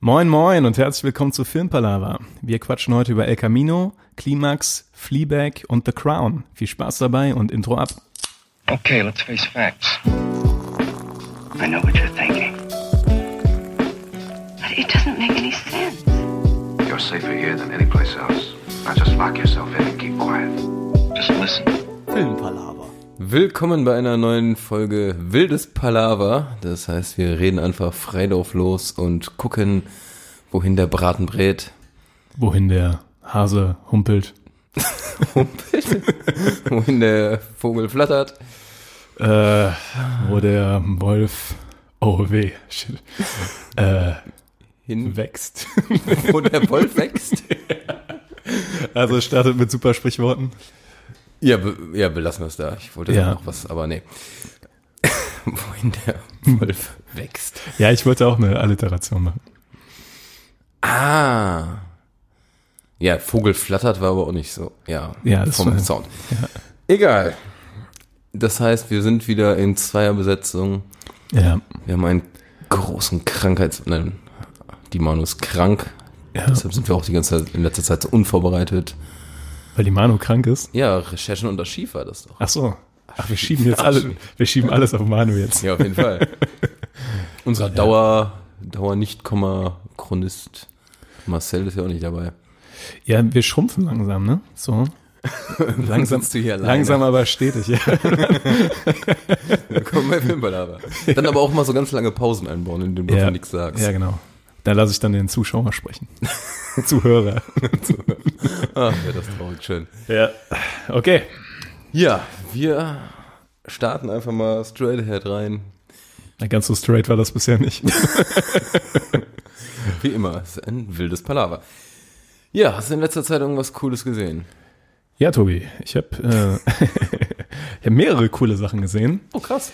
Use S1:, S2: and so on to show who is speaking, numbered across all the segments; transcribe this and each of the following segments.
S1: Moin moin und herzlich willkommen zu Filmpalava. Wir quatschen heute über El Camino, Climax, Fleabag und The Crown. Viel Spaß dabei und Intro ab.
S2: Okay, let's face facts. I know what you're thinking.
S3: But it doesn't make any sense.
S4: You're safer here than anyplace else. Now just lock yourself in and keep quiet.
S2: Just listen.
S5: Filmpalaver.
S6: Willkommen bei einer neuen Folge Wildes Palaver. Das heißt, wir reden einfach frei drauf los und gucken, wohin der Braten brät.
S1: Wohin der Hase humpelt.
S6: wohin der Vogel flattert.
S1: Äh, wo der Wolf. Oh weh. Shit. Äh,
S6: Hin,
S1: wächst.
S6: wo der Wolf wächst.
S1: Also es startet mit super Sprichworten.
S6: Ja, be, ja belassen wir es da. Ich wollte
S1: Ja.
S6: noch was, aber nee. wohin der Wolf wächst.
S1: Ja, ich wollte auch eine Alliteration machen.
S6: Ah. Ja, Vogel flattert war aber auch nicht so. Ja,
S1: Ja, das
S6: vom
S1: war-
S6: Sound. Egal. Das heißt, wir sind wieder in Zweierbesetzung.
S1: Ja.
S6: Wir haben einen großen Krankheits... Nein, die Manu ist krank. Deshalb sind wir auch die ganze Zeit in letzter Zeit so unvorbereitet.
S1: Weil die Manu krank ist.
S6: Ja, Recherchen und Archiv war das doch.
S1: Ach so. Ach, wir schieben jetzt alles, wir schieben alles auf Manu jetzt.
S6: Ja, auf jeden Fall. Unser Dauer, Dauer nicht Chronist Marcel ist ja auch nicht dabei.
S1: Ja, wir schrumpfen langsam, ne? So. Langsam,
S6: sitzt du hier alleine.
S1: langsam aber stetig, ja.
S6: Willkommen bei Filmballava. Dann aber auch mal so ganz lange Pausen einbauen, in denen du einfach nichts sagst.
S1: Ja, genau. Da lasse ich dann den Zuschauer sprechen. Zuhörer.
S6: Ach, wäre Ah, das traurig schön.
S1: Ja. Okay.
S6: Ja, wir starten einfach mal straight ahead rein.
S1: Na, ganz so straight war das bisher nicht.
S6: Wie immer, es ist ein wildes Palaver. Ja, hast du in letzter Zeit irgendwas Cooles gesehen?
S1: Ja, Tobi, ich habe äh, ich hab mehrere coole Sachen gesehen.
S6: Oh, krass.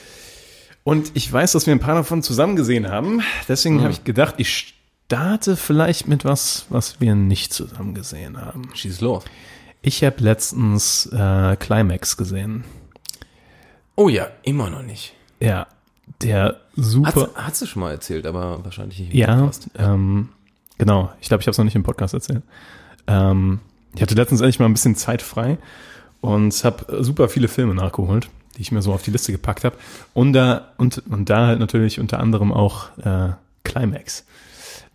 S1: Und ich weiß, dass wir ein paar davon zusammen gesehen haben. Deswegen
S6: Mhm.
S1: habe ich gedacht, ich starte vielleicht mit was, was wir nicht zusammen gesehen haben.
S6: Schieß los.
S1: Ich habe letztens äh, Climax gesehen.
S6: Oh ja, immer noch nicht.
S1: Ja, der super.
S6: Hat's, hast du schon mal erzählt, aber wahrscheinlich nicht. im
S1: Ja,
S6: Podcast.
S1: ähm, genau. Ich glaube, ich habe es noch nicht im Podcast erzählt. Ähm, ich hatte letztens endlich mal ein bisschen Zeit frei und habe super viele Filme nachgeholt, die ich mir so auf die Liste gepackt habe. Und da, und, und da halt natürlich unter anderem auch äh, Climax.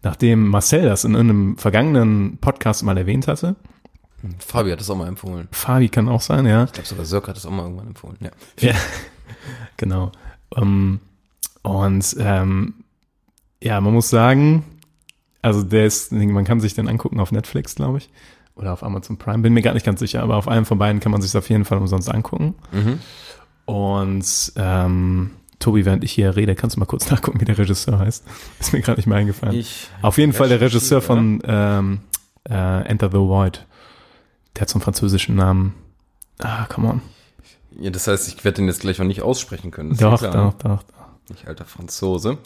S1: Nachdem Marcel das in einem vergangenen Podcast mal erwähnt hatte,
S6: Hm, Fabi hat das auch mal empfohlen.
S1: Fabi kann auch sein, ja.
S6: Ich glaube sogar Sirk hat das auch mal irgendwann empfohlen. Ja.
S1: Ja, genau. Ähm, und ähm, ja, man muss sagen, also der ist, man kann sich den angucken auf Netflix, glaube ich, oder auf Amazon Prime, bin mir gar nicht ganz sicher, aber auf einem von beiden kann man sich auf jeden Fall umsonst angucken. Und ähm, Tobi, während ich hier rede, kannst du mal kurz nachgucken, wie der Regisseur heißt? Ist mir gerade nicht mehr eingefallen.
S6: Ich
S1: auf jeden Fall der Regisseur
S6: recherchiere.
S1: von ähm, äh, Enter the Void. Der hat so einen französischen Namen. Ah, come on.
S6: ja, das heißt, ich werde den jetzt gleich noch nicht aussprechen können. Das
S1: Doch,
S6: ist ja klar. ne?
S1: doch, doch, doch.
S6: Ich alter Franzose.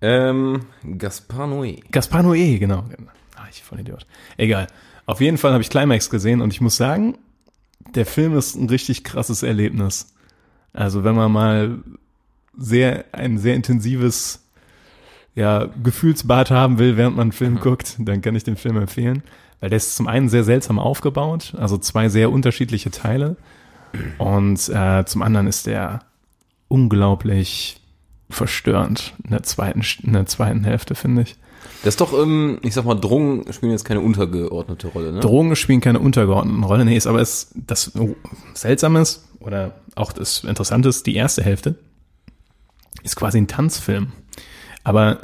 S6: Ähm, Gaspar Noé.
S1: Gaspar Noé, genau. Ah, ich voll Idiot. Egal. Auf jeden Fall habe ich Climax gesehen und ich muss sagen, der Film ist ein richtig krasses Erlebnis. Also wenn man mal sehr, ein sehr intensives ja, Gefühlsbad haben will, während man einen Film guckt, dann kann ich den Film empfehlen. Weil der ist zum einen sehr seltsam aufgebaut, also zwei sehr unterschiedliche Teile. Und äh, zum anderen ist der unglaublich verstörend in der zweiten, in der zweiten Hälfte, finde ich.
S6: Das ist doch, ähm, ich sag mal, Drogen spielen jetzt keine untergeordnete Rolle, ne?
S1: Drogen spielen keine untergeordnete Rolle. Nee, ist aber es, das Seltsame ist, oder auch das Interessante ist, die erste Hälfte ist quasi ein Tanzfilm. Aber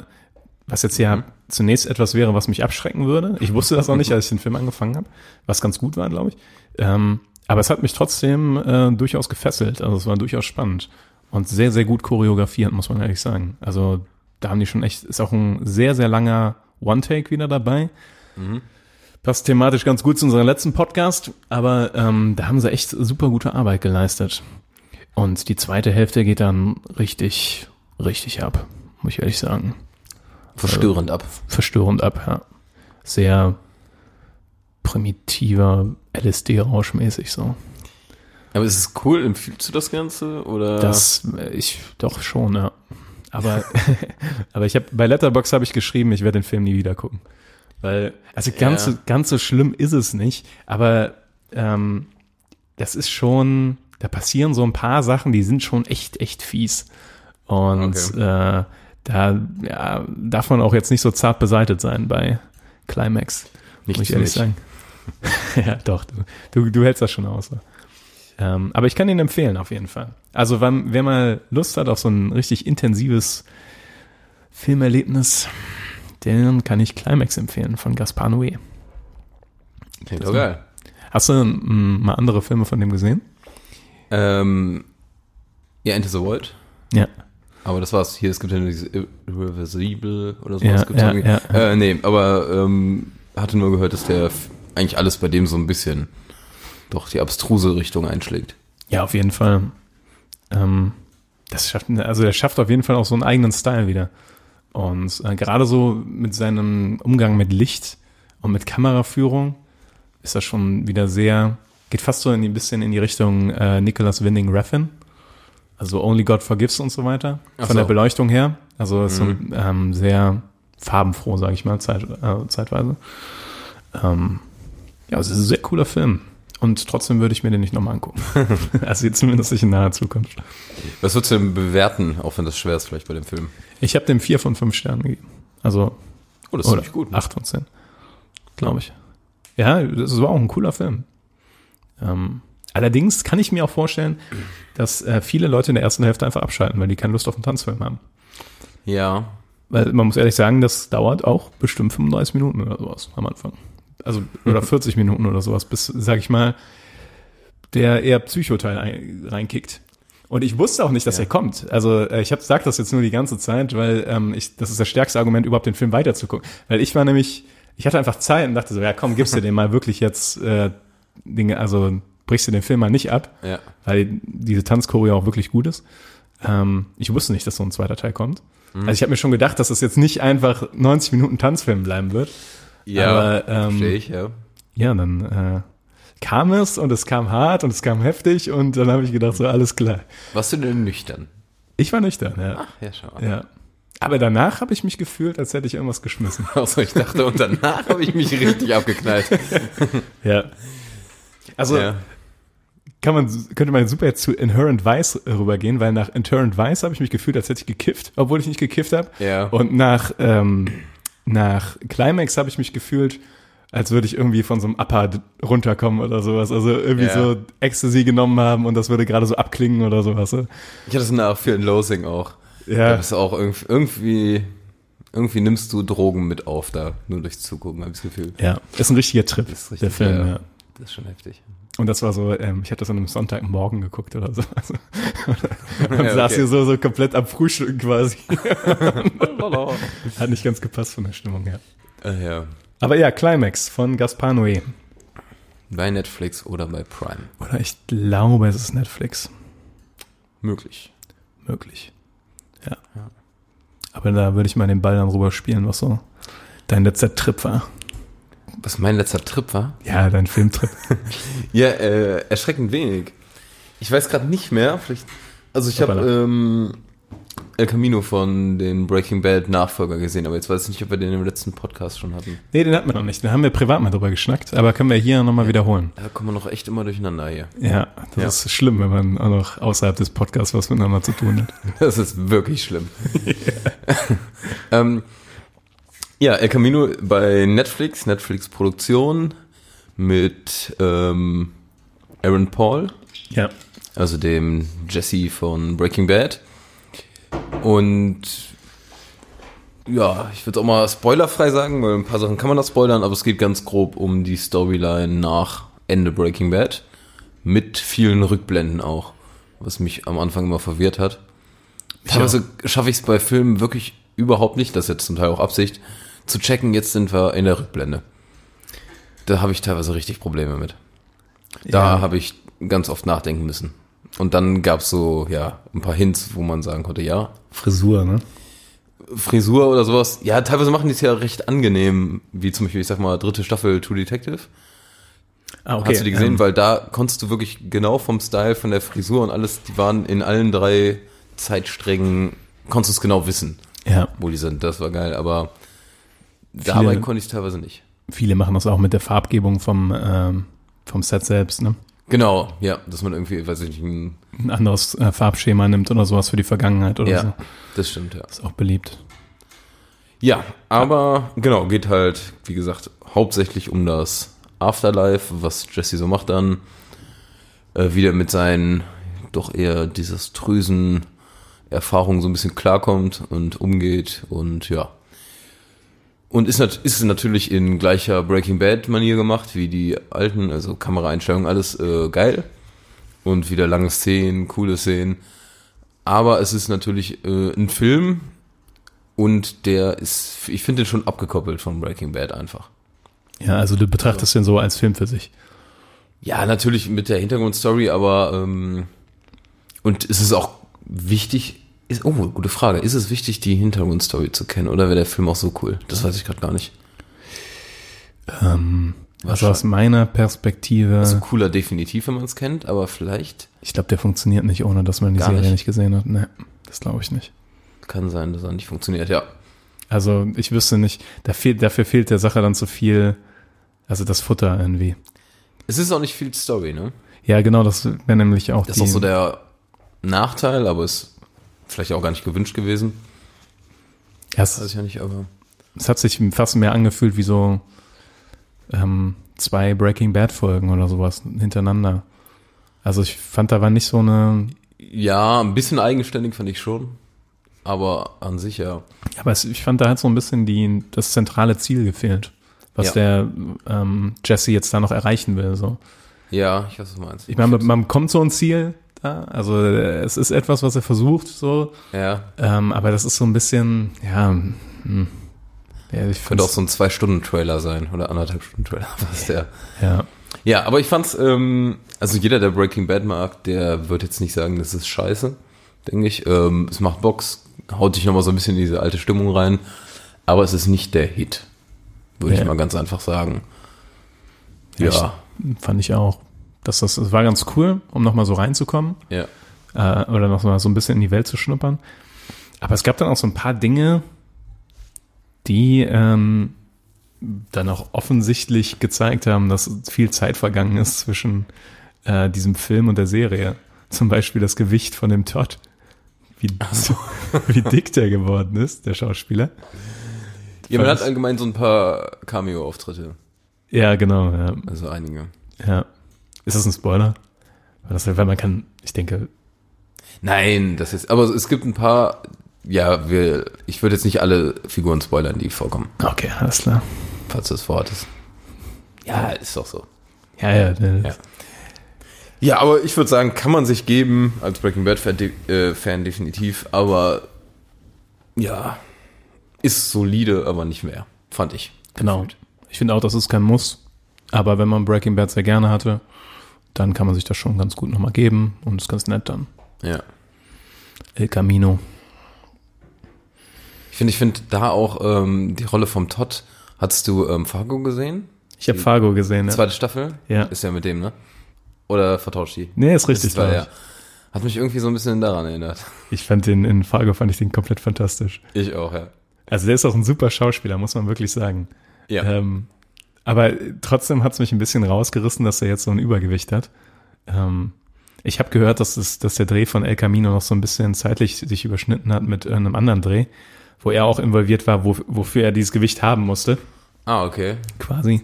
S1: was jetzt ja zunächst etwas wäre, was mich abschrecken würde, ich wusste das noch nicht, als ich den Film angefangen habe, was ganz gut war, glaube ich. Ähm, aber es hat mich trotzdem äh, durchaus gefesselt. Also es war durchaus spannend und sehr, sehr gut choreografiert, muss man ehrlich sagen. Also da haben die schon echt, ist auch ein sehr, sehr langer One-Take wieder dabei. Passt thematisch ganz gut zu unserem letzten Podcast, aber ähm, da haben sie echt super gute Arbeit geleistet. Und die zweite Hälfte geht dann richtig, richtig ab, muss ich ehrlich sagen.
S6: Verstörend ab.
S1: Verstörend ab, ja. Sehr primitiver LSD-Rausch mäßig so.
S6: Aber ist es cool? Empfiehlst du das Ganze? Oder?
S1: Das, äh, ich, doch schon, ja. Aber, aber ich habe bei Letterbox habe ich geschrieben, ich werde den Film nie wieder gucken. Weil, also ganz,
S6: Ja.
S1: so, ganz so schlimm ist es nicht, aber ähm, das ist schon, da passieren so ein paar Sachen, die sind schon echt, echt fies. Und äh, da ja, darf man auch jetzt nicht so zart beseitet sein bei Climax.
S6: Nicht
S1: muss ich
S6: für
S1: ehrlich
S6: mich.
S1: sagen. ja, doch, du, du, du hältst das schon aus. ne? Ähm, aber ich kann ihn empfehlen, auf jeden Fall. Also, wenn, wer mal Lust hat auf so ein richtig intensives Filmerlebnis, den kann ich Climax empfehlen von Gaspar Noé.
S6: Klingt doch geil.
S1: Hast du mm, mal andere Filme von dem gesehen?
S6: Ähm, ja, Enter the Void.
S1: Ja.
S6: Aber das war's. Hier, es gibt ja nur dieses Irreversible oder sowas.
S1: Ja,
S6: gibt's
S1: ja,
S6: irgendwie.
S1: ja.
S6: Äh, nee, aber ähm, hatte nur gehört, dass der f- eigentlich alles bei dem so ein bisschen doch die abstruse Richtung einschlägt.
S1: Ja, auf jeden Fall. Ähm, das schafft, also er schafft auf jeden Fall auch so einen eigenen Style wieder. Und äh, gerade so mit seinem Umgang mit Licht und mit Kameraführung ist das schon wieder sehr, geht fast so in die, ein bisschen in die Richtung äh, Nicholas Winding Refn. Also Only God Forgives und so weiter.
S6: Ach
S1: Von der
S6: so. Mhm.
S1: Beleuchtung her. Also ist so, ähm, sehr farbenfroh, sage ich mal, zeit, äh, zeitweise. Ähm, ja, es ist ein sehr cooler Film. Und trotzdem würde ich mir den nicht nochmal angucken. also jetzt zumindest nicht in naher Zukunft.
S6: Was würdest du denn bewerten, auch wenn das schwer ist vielleicht bei dem Film?
S1: Ich habe dem vier von fünf Sternen gegeben. Also
S6: Oh, das
S1: oder
S6: ziemlich
S1: acht von zehn, glaube ich. Ja, das war auch ein cooler Film. Ähm, allerdings kann ich mir auch vorstellen, dass äh, viele Leute in der ersten Hälfte einfach abschalten, weil die keine Lust auf einen Tanzfilm haben.
S6: Ja.
S1: Weil man muss ehrlich sagen, das dauert auch bestimmt 35 Minuten oder sowas am Anfang. Also, oder 40 Minuten oder sowas, bis, sag ich mal, der eher Psychoteil ein- reinkickt. Und ich wusste auch nicht, dass er kommt. Also äh, ich hab, sag das jetzt nur die ganze Zeit, weil ähm, ich, das ist das stärkste Argument, überhaupt den Film weiterzugucken. Weil ich war nämlich, ich hatte einfach Zeit und dachte so, ja komm, gibst du den mal wirklich jetzt, äh, Dinge, also brichst du den Film mal nicht ab
S6: Ja.
S1: weil diese Tanzchoreo auch wirklich gut ist. Ähm, ich wusste nicht, dass so ein zweiter Teil kommt.
S6: Mhm.
S1: Also ich habe mir schon gedacht, dass das jetzt nicht einfach 90 Minuten Tanzfilm bleiben wird.
S6: Ja,
S1: Aber, ähm,
S6: verstehe ich, ja.
S1: Ja, dann äh, kam es und es kam hart und es kam heftig und dann habe ich gedacht, so alles klar.
S6: Warst du denn nüchtern?
S1: Ich war nüchtern, ja.
S6: Ja, schau mal.
S1: ja. Aber danach habe ich mich gefühlt, als hätte ich irgendwas geschmissen.
S6: Also ich dachte, und danach habe ich mich richtig abgeknallt.
S1: ja. Also
S6: Ja.
S1: kann man, könnte man super zu Inherent Vice rübergehen, weil nach Inherent Vice habe ich mich gefühlt, als hätte ich gekifft, obwohl ich nicht gekifft habe.
S6: Ja.
S1: Und nach, ähm, nach Climax habe ich mich gefühlt, als würde ich irgendwie von so einem Upper d- runterkommen oder sowas. Also irgendwie
S6: Ja.
S1: so Ecstasy genommen haben und das würde gerade so abklingen oder sowas. ne?
S6: Ich hatte es nach für ein Losing auch.
S1: Ja.
S6: Da bist du auch irgendwie, irgendwie, irgendwie nimmst du Drogen mit auf da, nur durchs Zugucken, habe ich das Gefühl.
S1: Ja, ist ein richtiger Trip,
S6: Das ist richtig,
S1: der Film.
S6: ja.
S1: Ja.
S6: Das ist schon heftig.
S1: Und das war so, ähm, ich habe das an einem Sonntagmorgen geguckt oder so. Also, und
S6: Ja,
S1: saß
S6: okay.
S1: hier so, so komplett am Frühstück quasi. Hat nicht ganz gepasst von der Stimmung her.
S6: Äh, ja.
S1: Aber ja, Climax von Gaspar Noé.
S6: Bei Netflix oder bei Prime.
S1: Oder ich glaube, es ist Netflix.
S6: Möglich.
S1: Möglich. Ja. Aber da würde ich mal den Ball dann rüber spielen, was so dein letzter Trip war.
S6: Was mein letzter Trip war?
S1: Ja, dein Filmtrip.
S6: Ja, äh, erschreckend wenig. Ich weiß gerade nicht mehr. Vielleicht. Also ich habe
S1: Hoppala.
S6: ähm, El Camino von den Breaking Bad Nachfolger gesehen, aber jetzt weiß ich nicht, ob wir den im letzten Podcast schon hatten.
S1: nee, den hatten wir noch nicht. Da haben wir privat mal drüber geschnackt. Aber können wir hier nochmal wiederholen.
S6: Da kommen wir noch echt immer durcheinander hier.
S1: Ja, das
S6: Ja.
S1: ist schlimm, wenn man auch noch außerhalb des Podcasts was miteinander zu tun hat.
S6: Das ist wirklich schlimm. ähm, ja, El Camino bei Netflix, Netflix Produktion mit ähm, Aaron Paul,
S1: Ja.
S6: also dem Jesse von Breaking Bad. Und ja, ich würde auch mal spoilerfrei sagen, weil ein paar Sachen kann man das spoilern, aber es geht ganz grob um die Storyline nach Ende Breaking Bad. Mit vielen Rückblenden auch, was mich am Anfang immer verwirrt hat. Teilweise schaffe ich es bei Filmen wirklich überhaupt nicht, das ist jetzt zum Teil auch Absicht, zu checken, jetzt sind wir in der Rückblende. Da habe ich teilweise richtig Probleme mit. Da
S1: Ja.
S6: habe ich ganz oft nachdenken müssen. Und dann gab es so, ja, ein paar Hints, wo man sagen konnte, ja,
S1: Frisur, ne?
S6: Frisur oder sowas. Ja, teilweise machen die es ja recht angenehm, wie zum Beispiel, ich sag mal, dritte Staffel True Detective.
S1: Ah, okay.
S6: Hast du die gesehen?
S1: Ähm,
S6: Weil da konntest du wirklich genau vom Style, von der Frisur und alles, die waren in allen drei Zeitsträngen konntest du es genau wissen,
S1: Ja,
S6: wo die sind. Das war geil, aber dabei konnte ich es teilweise nicht.
S1: viele machen das auch mit der Farbgebung vom, ähm, vom Set selbst, ne?
S6: Genau, ja, dass man irgendwie, weiß ich nicht, ein-
S1: Ein anderes äh, Farbschema nimmt oder sowas für die Vergangenheit oder so.
S6: ja, das stimmt, ja.
S1: Ist auch beliebt.
S6: Ja, aber genau, geht halt, wie gesagt, hauptsächlich um das Afterlife, was Jesse so macht dann. Äh, wieder mit seinen doch eher desaströsen Erfahrungen so ein bisschen klarkommt und umgeht und ja. Und ist, nat ist natürlich in gleicher Breaking Bad-Manier gemacht wie die alten, also Kameraeinstellungen, alles äh, geil. Und wieder lange Szenen, coole Szenen. Aber es ist natürlich äh, ein Film, und der ist, ich finde den schon abgekoppelt von Breaking Bad einfach.
S1: Ja, also du betrachtest den so als Film für sich.
S6: Ja, natürlich mit der Hintergrundstory, aber ähm, und ist es auch wichtig, ist, oh, gute Frage, ist es wichtig, die Hintergrundstory zu kennen oder wäre der Film auch so cool? Das weiß ich gerade gar nicht.
S1: Also aus meiner Perspektive,
S6: Also cooler definitiv, wenn man es kennt, aber vielleicht
S1: ich glaube, der funktioniert nicht, ohne dass man die
S6: Gar
S1: Serie
S6: nicht.
S1: nicht gesehen hat. Ne, das glaube ich nicht.
S6: kann sein, dass er nicht funktioniert. Ja,
S1: Also ich wüsste nicht, da fehlt, dafür fehlt der Sache dann zu viel, also das Futter irgendwie.
S6: es ist auch nicht viel Story, ne?
S1: Ja, genau, das wäre nämlich auch
S6: Das
S1: die,
S6: ist auch so der Nachteil, aber ist vielleicht auch gar nicht gewünscht gewesen.
S1: Ja, es,
S6: Weiß ich ja nicht, aber
S1: es hat sich fast mehr angefühlt wie so ähm, zwei Breaking Bad Folgen oder sowas hintereinander. Also ich fand, da war nicht so eine,
S6: ja, ein bisschen eigenständig fand ich schon, aber an sich ja.
S1: aber es, ich fand, da hat so ein bisschen die, das zentrale Ziel gefehlt, was
S6: Ja.
S1: der ähm, Jesse jetzt da noch erreichen will. So.
S6: Ja, ich weiß, was du meinst.
S1: Ich meine, man- man kommt so ein Ziel da, also äh, es ist etwas, was er versucht, so,
S6: ja,
S1: ähm, aber das ist so ein bisschen, ja, hm. ja ich
S6: könnte auch
S1: find's-
S6: so ein Zwei-Stunden-Trailer sein oder anderthalb Stunden-Trailer. Was der.
S1: ja.
S6: Ja, aber ich fand's, ähm, also jeder, der Breaking Bad mag, der wird jetzt nicht sagen, das ist scheiße, denke ich. Ähm, es macht Box, haut dich nochmal so ein bisschen in diese alte Stimmung rein, aber es ist nicht der Hit, würde
S1: Ja.
S6: ich mal ganz einfach sagen.
S1: Ja,
S6: Ja,
S1: Fand ich auch. Das, das, das war ganz cool, um nochmal so reinzukommen
S6: ja.
S1: äh, oder nochmal so ein bisschen in die Welt zu schnuppern. Aber es gab dann auch so ein paar Dinge, die ähm, dann auch offensichtlich gezeigt haben, dass viel Zeit vergangen ist zwischen äh, diesem Film und der Serie. Zum Beispiel das Gewicht von dem Todd. Wie, wie dick der geworden ist, der Schauspieler.
S6: Ja, man hat allgemein so ein paar Cameo-Auftritte,
S1: Ja, genau. Ja.
S6: also einige.
S1: ja. Ist das ein Spoiler? Weil das- Weil man kann, ich denke,
S6: Nein, das ist, aber es gibt ein paar, ja, wir, ich würde jetzt nicht alle Figuren spoilern, die vorkommen.
S1: okay, alles klar.
S6: falls das Wort ist. Ja, ist doch so.
S1: Ja, ja, ne,
S6: Ja. Ja, aber ich würde sagen, kann man sich geben, als Breaking Bad-Fan de- äh, Fan definitiv, aber ja, ist solide, aber nicht mehr, fand ich.
S1: genau. Ich finde auch, das ist kein Muss. Aber wenn man Breaking Bad sehr gerne hatte, dann kann man sich das schon ganz gut nochmal geben und ist ganz nett dann.
S6: Ja.
S1: El Camino.
S6: Ich finde, ich finde da auch ähm, die Rolle vom Todd, hast du ähm, Fargo gesehen?
S1: Ich habe Fargo gesehen. Ja.
S6: Zweite Staffel?
S1: Ja.
S6: Ist ja mit dem, ne? Oder vertauscht die?
S1: Nee, ist richtig.
S6: Ist, war,
S1: glaub ich.
S6: ja. Hat mich irgendwie so ein bisschen daran erinnert.
S1: Ich fand den in Fargo fand ich den komplett fantastisch.
S6: Ich auch, ja.
S1: Also der ist auch ein super Schauspieler, muss man wirklich sagen.
S6: Ja.
S1: Ähm, aber trotzdem hat es mich ein bisschen rausgerissen, dass er jetzt so ein Übergewicht hat. Ähm, ich habe gehört, dass, es, dass der Dreh von El Camino noch so ein bisschen zeitlich sich überschnitten hat mit einem anderen Dreh, wo er auch involviert war, wo, wofür er dieses Gewicht haben musste,
S6: Ah, okay.
S1: quasi.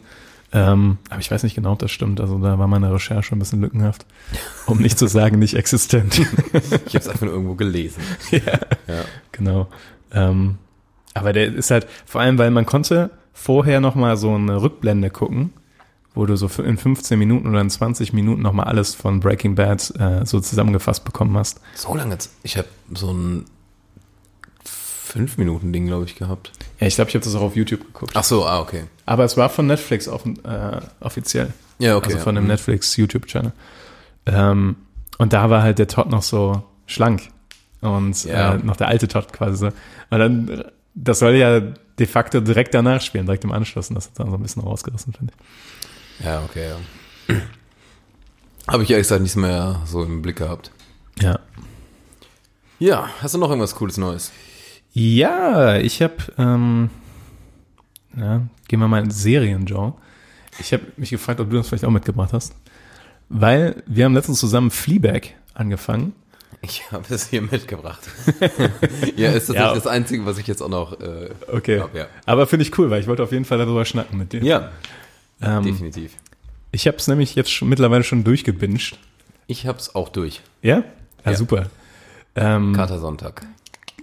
S1: Ähm, aber ich weiß nicht genau, ob das stimmt. Also da war meine Recherche ein bisschen lückenhaft, um nicht zu sagen, nicht existent.
S6: Ich habe es einfach nur irgendwo gelesen.
S1: Genau. Ähm, aber der ist halt, vor allem, weil man konnte vorher nochmal so eine Rückblende gucken, wo du so für- in 15 Minuten oder in 20 Minuten nochmal alles von Breaking Bad äh, so zusammengefasst bekommen hast.
S6: So lange. jetzt- Ich habe so ein 5-Minuten-Ding, glaube ich, gehabt.
S1: Ja, ich glaube, ich habe das auch auf YouTube geguckt.
S6: Ach so, ah, okay.
S1: Aber es war von Netflix auf, äh, offiziell.
S6: Ja, okay. mhm.
S1: Also von
S6: ja.
S1: dem Netflix-YouTube-Channel. Ähm, und da war halt der Todd noch so schlank. Und
S6: Ja.
S1: äh, noch der alte Todd quasi so. Und dann, äh, das soll ja de facto direkt danach spielen, direkt im Anschluss. Und das hat dann so ein bisschen rausgerissen, finde ich. Ne-
S6: Ja, okay, ja. Habe ich ehrlich gesagt nicht mehr so im Blick gehabt.
S1: Ja.
S6: Ja, hast du noch irgendwas Cooles Neues?
S1: Ja, ich habe, ähm, ja, gehen wir mal ins Seriengenre. Ich habe mich gefragt, ob du das vielleicht auch mitgebracht hast. Weil wir haben letztens zusammen Fleabag angefangen.
S6: Ich habe es hier mitgebracht. ja, ist tatsächlich
S1: Ja.
S6: das Einzige, was ich jetzt auch noch äh,
S1: Okay.
S6: hab, ja.
S1: Aber finde ich cool, weil ich wollte auf jeden Fall darüber schnacken mit dir.
S6: ja,
S1: ähm,
S6: definitiv.
S1: ich habe es nämlich jetzt schon, mittlerweile schon durchgebinged.
S6: Ich hab's auch durch.
S1: Ja? Ja,
S6: Ja.
S1: super. Ähm,
S6: Katersonntag.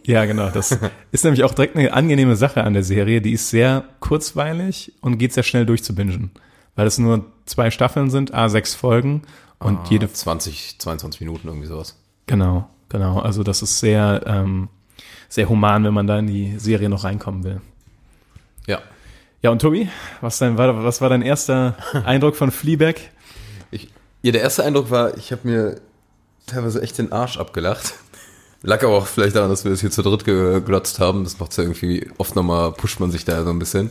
S1: Ja, genau. Das ist nämlich auch direkt eine angenehme Sache an der Serie. Die ist sehr kurzweilig und geht sehr schnell durchzubingen. Weil es nur zwei Staffeln sind, a sechs Folgen und jede.
S6: 20, 22 Minuten, irgendwie sowas.
S1: Genau, genau. Also das ist sehr, ähm, sehr human, wenn man da in die Serie noch reinkommen will.
S6: Ja.
S1: Ja, und Tobi, was, dein, war- was war dein erster Eindruck von Fleabag?
S6: Ich, ja, der erste Eindruck war, ich habe mir teilweise echt den Arsch abgelacht. Lag aber auch vielleicht daran, dass wir das hier zu dritt geglotzt haben. Das macht's ja irgendwie, oft nochmal pusht man sich da so ein bisschen.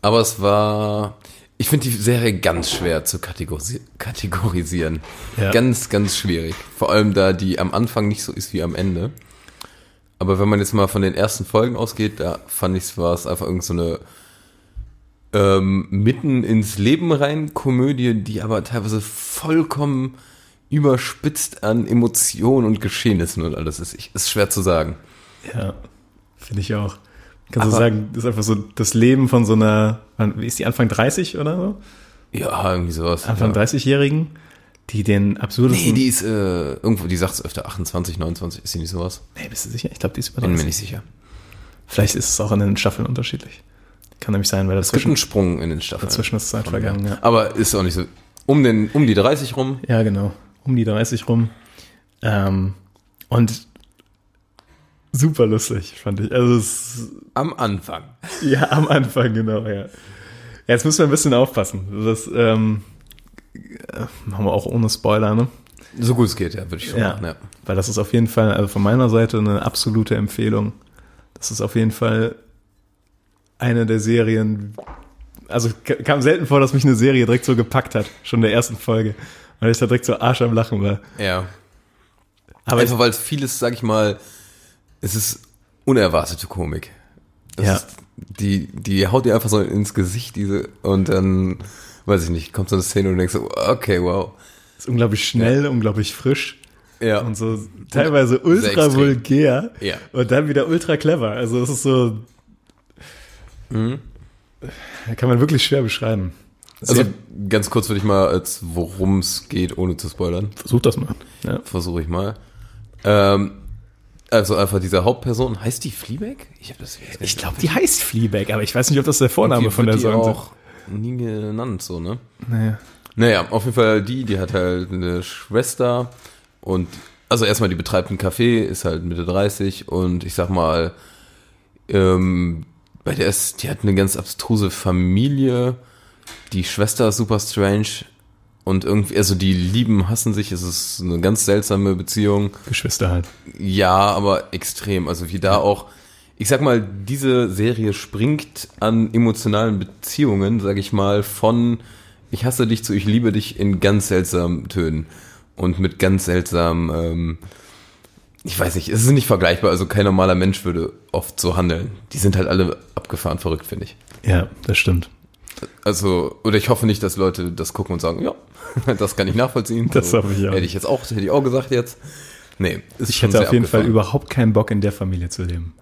S6: Aber es war, ich finde die Serie ganz schwer zu kategorisi kategorisieren.
S1: Ja.
S6: Ganz, ganz schwierig. Vor allem da die am Anfang nicht so ist wie am Ende. Aber wenn man jetzt mal von den ersten Folgen ausgeht, da fand ich es war es einfach irgend so eine ähm, mitten ins Leben rein Komödie, die aber teilweise vollkommen überspitzt an Emotionen und Geschehnissen und alles ist. Ich, ist schwer zu sagen.
S1: Ja, finde ich auch. Kannst du
S6: Aber-
S1: sagen, das ist einfach so das Leben von so einer, wann- wie ist die Anfang 30 oder so?
S6: Ja, irgendwie sowas.
S1: Anfang
S6: ja.
S1: 30-Jährigen, die den absurdesten.
S6: Nee, die ist äh, irgendwo, die sagt es öfter, 28, 29, ist sie nicht sowas?
S1: Nee, bist du sicher? Ich glaube, die ist über
S6: Bin
S1: 30.
S6: mir nicht sicher.
S1: Vielleicht ist es auch in den Staffeln unterschiedlich. Kann nämlich sein, weil
S6: Es gibt einen
S1: dazwischen,
S6: Sprung in den Staffeln.
S1: dazwischen ist Zeit
S6: Ja.
S1: vergangen. Ja.
S6: Aber ist auch nicht so. Um, den, um die 30 rum.
S1: ja, genau. Um die 30 rum. Ähm, und super lustig, fand ich. Also es,
S6: Am Anfang.
S1: ja, am Anfang, genau, ja. Jetzt müssen wir ein bisschen aufpassen. Das ähm, äh, machen wir auch ohne Spoiler, ne?
S6: So gut es geht, ja, würde ich schon
S1: Ja.
S6: machen. Ja.
S1: Weil das ist auf jeden Fall, also von meiner Seite, eine absolute Empfehlung. Das ist auf jeden Fall eine der Serien. Also k- kam selten vor, dass mich eine Serie direkt so gepackt hat, schon in der ersten Folge. Weil ich da direkt so Arsch am Lachen war.
S6: ja.
S1: Aber ich,
S6: Einfach weil vieles, sag ich mal, es ist unerwartete Komik. Das
S1: Ja.
S6: ist, die, die haut dir einfach so ins Gesicht, diese, und dann, weiß ich nicht, kommt so eine Szene und du denkst so, okay, wow.
S1: ist unglaublich schnell, unglaublich frisch
S6: Ja.
S1: und so teilweise ultra
S6: extrem.
S1: vulgär
S6: Ja.
S1: und dann wieder ultra clever. Also es ist so.
S6: Mhm.
S1: Kann man wirklich schwer beschreiben.
S6: also ganz kurz würde ich mal, als worum es geht, ohne zu spoilern.
S1: versuch das mal. Ja.
S6: Versuche ich mal. Ähm, also einfach diese Hauptperson, heißt die Fleabag? Ich habe das jetzt
S1: Ich glaube, die heißt Fleabag, aber ich weiß nicht, ob das der Vorname von der Song ist.
S6: auch nie genannt, so, ne?
S1: Naja.
S6: Naja, auf jeden Fall die, die hat halt eine Schwester und also erstmal die betreibt einen Café, ist halt Mitte 30 und ich sag mal, ähm, bei der ist, die hat eine ganz abstruse Familie, die Schwester ist super strange und irgendwie, also die lieben, hassen sich, es ist eine ganz seltsame Beziehung.
S1: Geschwister halt.
S6: Ja, aber extrem. Also wie da auch, ich sag mal, diese Serie springt an emotionalen Beziehungen, sag ich mal, von ich hasse dich zu ich liebe dich in ganz seltsamen Tönen und mit ganz seltsamen, ähm, ich weiß nicht, es ist nicht vergleichbar. Also kein normaler Mensch würde oft so handeln. Die sind halt alle abgefahren verrückt, finde ich.
S1: Ja, das stimmt.
S6: Also, oder ich hoffe nicht, dass Leute das gucken und sagen, ja, das kann ich nachvollziehen.
S1: Das hoffe ich auch.
S6: Hätte ich jetzt auch, hätte ich auch gesagt jetzt. Nee, ist
S1: Also, Ich hätte auf jeden Fall
S6: abgefahren.
S1: überhaupt keinen Bock, in der Familie zu leben.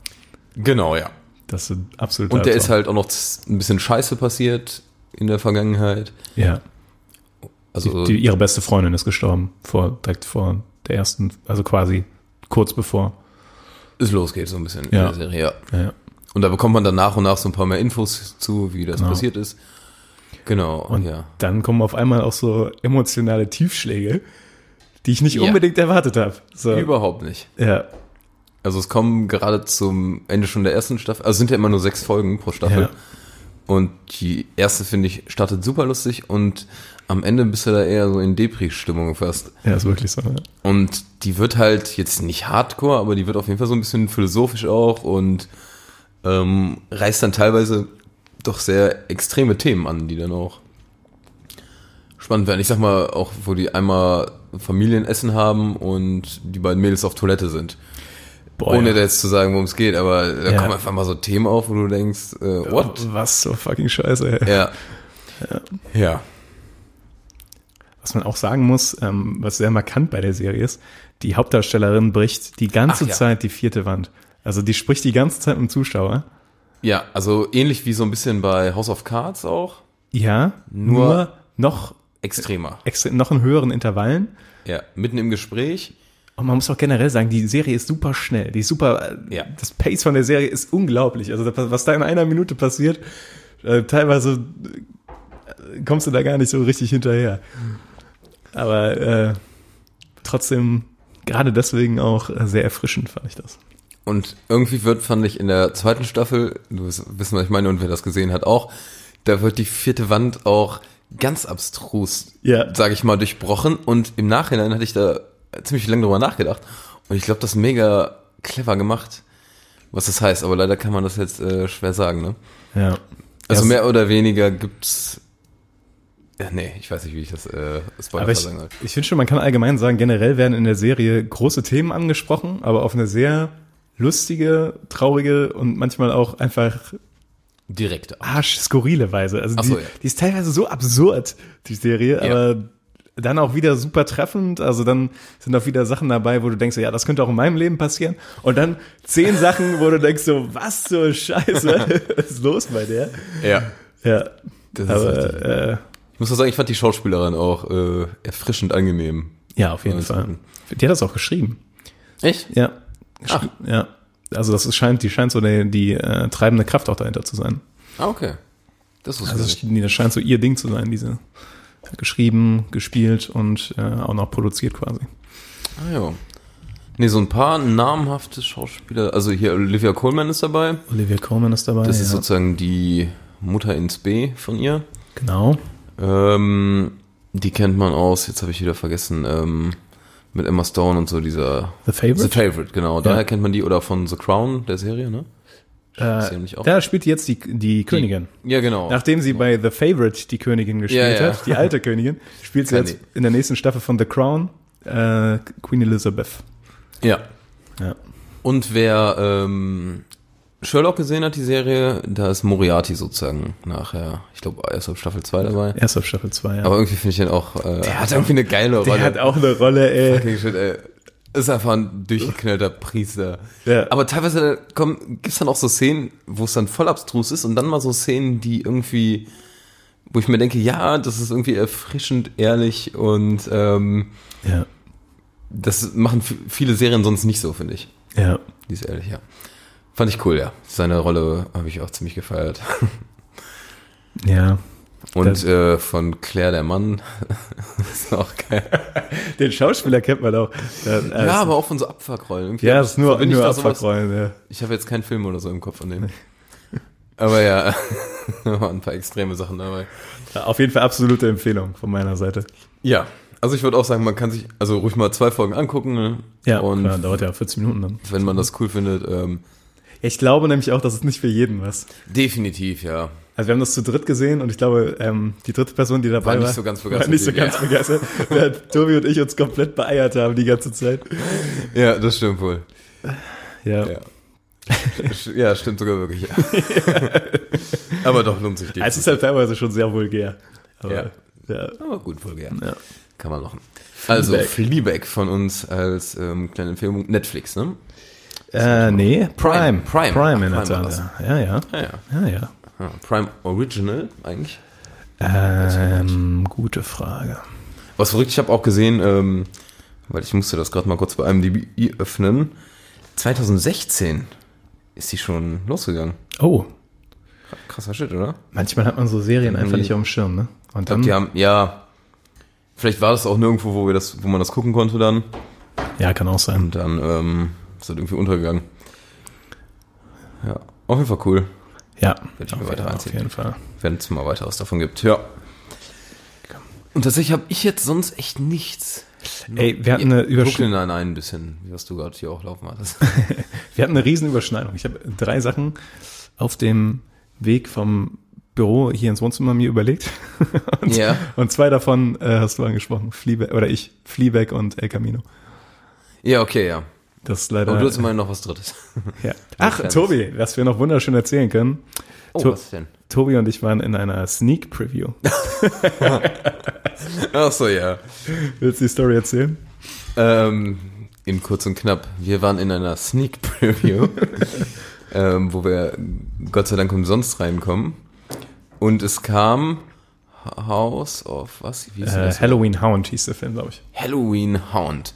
S6: Genau, ja.
S1: Das ist absolut
S6: Und der ist halt auch noch z- ein bisschen Scheiße passiert in der Vergangenheit.
S1: Ja.
S6: Also
S1: Die, ihre beste Freundin ist gestorben. Vor, direkt vor der ersten, also quasi kurz bevor.
S6: es losgeht so ein bisschen
S1: Ja.
S6: in der Serie. Ja.
S1: Ja, ja.
S6: Und da bekommt man dann nach und nach so ein paar mehr Infos zu, wie das
S1: Genau.
S6: passiert ist. Genau,
S1: Und
S6: ja.
S1: dann kommen auf einmal auch so emotionale Tiefschläge, die ich nicht
S6: Ja.
S1: unbedingt erwartet habe. So.
S6: Überhaupt nicht.
S1: Ja.
S6: Also es kommen gerade zum Ende schon der ersten Staffel, also es sind ja immer nur sechs Folgen pro Staffel.
S1: Ja.
S6: Und die erste, finde ich, startet super lustig und am Ende bist du da eher so in Depri-Stimmung fast.
S1: ja, ist wirklich so. ne? Ja.
S6: Und die wird halt jetzt nicht hardcore, aber die wird auf jeden Fall so ein bisschen philosophisch auch und ähm, reißt dann teilweise doch sehr extreme Themen an, die dann auch spannend werden. Ich sag mal, auch wo die einmal Familienessen haben und die beiden Mädels auf Toilette sind.
S1: Boah,
S6: Ohne
S1: ja.
S6: da jetzt zu sagen, worum es geht, aber da
S1: Ja.
S6: kommen einfach mal so Themen auf, wo du denkst, äh, what?
S1: Was so fucking scheiße, ey.
S6: Ja. Ja.
S1: Was man auch sagen muss, ähm, was sehr markant bei der Serie ist, die Hauptdarstellerin bricht die ganze
S6: Ach, ja.
S1: Zeit die vierte Wand. Also die spricht die ganze Zeit mit dem Zuschauer.
S6: Ja, also ähnlich wie so ein bisschen bei House of Cards auch.
S1: Ja, nur, noch,
S6: Extremer.
S1: extre- noch in höheren Intervallen.
S6: Ja. Mitten im Gespräch.
S1: Und man muss auch generell sagen, die Serie ist super schnell. Die ist super, äh,
S6: Ja.
S1: das Pace von der Serie ist unglaublich. Also das- was da in einer Minute passiert, äh, teilweise äh, kommst du da gar nicht so richtig hinterher. Aber äh, trotzdem, gerade deswegen auch äh, sehr erfrischend fand ich das.
S6: Und irgendwie wird, fand ich, in der zweiten Staffel, du wirst wissen, was ich meine, und wer das gesehen hat auch, da wird die vierte Wand auch ganz abstrus,
S1: Ja.
S6: sage ich mal, durchbrochen. Und im Nachhinein hatte ich da ziemlich lange drüber nachgedacht. Und ich glaube, das ist mega clever gemacht, was das heißt. Aber leider kann man das jetzt äh, schwer sagen, ne?
S1: Ja.
S6: Also
S1: Ja,
S6: mehr oder weniger gibt's... Ja, nee, ich weiß nicht, wie ich das äh,
S1: Aber
S6: Spoiler
S1: ich,
S6: sagen soll.
S1: ich finde schon, man kann allgemein sagen, generell werden in der Serie große Themen angesprochen, aber auf eine sehr lustige, traurige und manchmal auch einfach
S6: Direkt.
S1: arsch skurrile Weise. Also
S6: Ach
S1: die,
S6: so, ja.
S1: die ist teilweise so absurd, die Serie,
S6: Ja.
S1: aber dann auch wieder super treffend. Also dann sind auch wieder Sachen dabei, wo du denkst, so, ja, das könnte auch in meinem Leben passieren. Und dann zehn Sachen, wo du denkst, so, was zur Scheiße ist los bei der?
S6: Ja.
S1: Ja,
S6: Das ist richtig.
S1: aber äh,
S6: Ich muss auch sagen, ich fand die Schauspielerin auch äh, erfrischend angenehm.
S1: ja, auf jeden
S6: Ja, das
S1: Fall. Die hat das auch geschrieben.
S6: Echt?
S1: Ja. Geschri- Ja. Also das ist, scheint, die scheint so die, die äh, treibende Kraft auch dahinter zu sein.
S6: Ah, okay. Das wusste
S1: Also
S6: ich.
S1: das, nee, das scheint so ihr Ding zu sein, diese äh, geschrieben, gespielt und äh, auch noch produziert quasi.
S6: Ah, ja. Nee, so ein paar namhafte Schauspieler. Also hier Olivia Colman ist dabei.
S1: Olivia Coleman ist dabei.
S6: Das
S1: Ah,
S6: ist
S1: ja.
S6: sozusagen die Mutter ins B von ihr.
S1: genau.
S6: Ähm, die kennt man aus, jetzt habe ich wieder vergessen, ähm, mit Emma Stone und so dieser
S1: The Favorite.
S6: The Favorite, genau. Daher kennt man die oder von The Crown, der Serie, ne? ist
S1: äh,
S6: nämlich auch-
S1: da spielt die jetzt die, die Königin.
S6: Ja, genau.
S1: Nachdem sie bei The Favorite die Königin gespielt
S6: Ja, ja.
S1: hat, die alte Königin, spielt sie
S6: Kann
S1: jetzt in der nächsten Staffel von The Crown äh, Queen Elizabeth.
S6: ja.
S1: Ja.
S6: Und wer ähm, Sherlock gesehen hat, die Serie, da ist Moriarty sozusagen nachher, ich glaube, erst ab Staffel 2 dabei.
S1: Erst auf Staffel 2, ja.
S6: Aber irgendwie finde ich den auch, äh, der hat irgendwie eine geile
S1: der
S6: Rolle.
S1: hat auch eine Rolle, ey.
S6: Fucking shit, ey. Ist einfach ein durchgeknallter Priester.
S1: Ja.
S6: Aber teilweise kommen, gibt's dann auch so Szenen, wo es dann voll abstrus ist und dann mal so Szenen, die irgendwie, wo ich mir denke, ja, das ist irgendwie erfrischend, ehrlich und ähm,
S1: Ja.
S6: das machen f- viele Serien sonst nicht so, finde ich.
S1: Ja.
S6: Die ist ehrlich, ja. Fand ich cool, ja. Seine Rolle habe ich auch ziemlich gefeiert.
S1: Ja. Das-
S6: Und äh, von Claire der Mann ist auch geil.
S1: Den Schauspieler kennt man auch. Ja,
S6: Ja,
S1: ist,
S6: aber auch von so Abfuckrollen. Irgendwie
S1: Also. ja, ist nur,
S6: verbinde ich
S1: nur
S6: da sowas-
S1: Abfuckrollen. Ja.
S6: Ich habe jetzt keinen Film oder so im Kopf von dem. Aber ja, da waren ein paar extreme Sachen dabei.
S1: Ja, Äh, Auf jeden Fall absolute Empfehlung von meiner Seite.
S6: Ja, also ich würde auch sagen, man kann sich also ruhig mal zwei Folgen angucken. Ne? und
S1: klar, dauert ja 40 Minuten dann.
S6: wenn man das cool findet, ähm,
S1: Ich glaube nämlich auch, dass es nicht für jeden was.
S6: definitiv, ja.
S1: Also wir haben das zu dritt gesehen und ich glaube, ähm, die dritte Person, die dabei war,
S6: War nicht so ganz begeistert
S1: war nicht so
S6: wie wir.
S1: ganz begeistert, während Tobi und ich uns komplett beeiert haben die ganze Zeit.
S6: Ja, das stimmt wohl.
S1: Ja,
S6: Ja, ja stimmt sogar wirklich. Ja. Aber doch lohnt sich
S1: es ist
S6: definitiv.
S1: halt teilweise schon sehr vulgär. Aber, ja.
S6: Aber gut, wohl gern.
S1: Ja.
S6: Kann man machen. Also Fleabag von uns als ähm, kleine Empfehlung. Netflix, ne?
S1: Äh, nee, Prime.
S6: Prime. Prime.
S1: Prime in
S6: Prime
S1: der
S6: war
S1: Tat.
S6: das.
S1: Ja, ja.
S6: Ah, ja.
S1: Ja, ja.
S6: ja. Prime Original eigentlich.
S1: Ähm, gute Frage.
S6: Was verrückt, ich habe auch gesehen, ähm, weil ich musste das gerade mal kurz bei einem DBI öffnen. 2016 ist die schon losgegangen.
S1: Oh,
S6: Krasser Shit, oder?
S1: manchmal hat man so Serien einfach
S6: Irgendwie-
S1: nicht auf dem Schirm, ne? Und
S6: Ich glaub,
S1: dann,
S6: die haben, ja. Vielleicht war das auch nirgendwo, wo wir das, wo man das gucken konnte dann.
S1: ja, kann auch sein.
S6: Und dann ähm, ist das irgendwie untergegangen. Ja, auf jeden Fall cool.
S1: Ja,
S6: ich
S1: auf,
S6: mir
S1: jeden,
S6: weiter
S1: auf
S6: reinziehen.
S1: jeden Fall.
S6: Wenn es mal weiteres davon gibt. Ja. Und tatsächlich habe ich jetzt sonst echt nichts. Genau.
S1: Ey, wir hatten eine, Übersch
S6: Brooklyn, nein, nein, ein bisschen, wie was du gerade hier auch laufen hattest.
S1: wir hatten eine riesen Überschneidung. Ich habe drei Sachen auf dem Weg vom Büro hier ins Wohnzimmer mir überlegt. und,
S6: Ja.
S1: und zwei davon äh, hast du angesprochen. Fleabag, oder ich, Fleabag und El Camino.
S6: Ja, okay, ja.
S1: Das ist leider.
S6: Aber Oh, du hast immerhin noch was Drittes.
S1: ja. Ach,
S6: Fernsehen.
S1: Tobi, was wir noch wunderschön erzählen können.
S6: Oh,
S1: To-
S6: was denn?
S1: Tobi und ich waren in einer Sneak Preview.
S6: Ach so, ja.
S1: Willst du die Story erzählen?
S6: Ähm, in kurz und knapp. Wir waren in einer Sneak Preview, ähm, wo wir Gott sei Dank umsonst reinkommen. Und es kam House of was? Wie hieß
S1: Äh,
S6: das?
S1: Halloween Hound hieß der Film, glaube ich.
S6: Halloween Hound.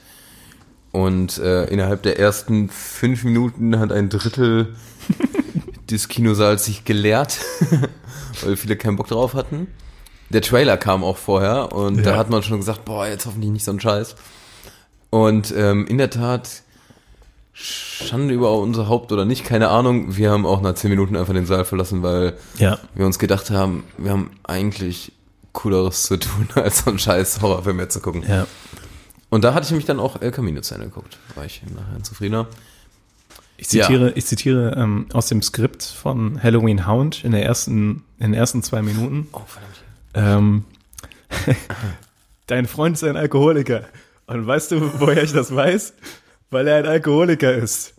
S6: Und äh, innerhalb der ersten fünf Minuten hat ein Drittel des Kinosaals sich geleert, weil viele keinen Bock drauf hatten. Der Trailer kam auch vorher und da
S1: Ja.
S6: hat man schon gesagt, boah, jetzt hoffentlich nicht so ein Scheiß. Und ähm, in der Tat, Schande über unser Haupt oder nicht, keine Ahnung, wir haben auch nach zehn Minuten einfach den Saal verlassen, weil
S1: Ja.
S6: wir uns gedacht haben, wir haben eigentlich cooleres zu tun, als so einen scheiß Horrorfilm jetzt zu gucken.
S1: Ja.
S6: Und da hatte ich mich dann auch El Camino zu Ende geguckt. War ich im Nachhinein zufriedener.
S1: Ich zitiere, ich zitiere ähm, aus dem Skript von Halloween Hound in, der ersten, in den ersten zwei Minuten.
S6: Oh, verdammt.
S1: Ähm, Dein Freund ist ein Alkoholiker. Und weißt du, woher ich das weiß? Weil er ein Alkoholiker ist.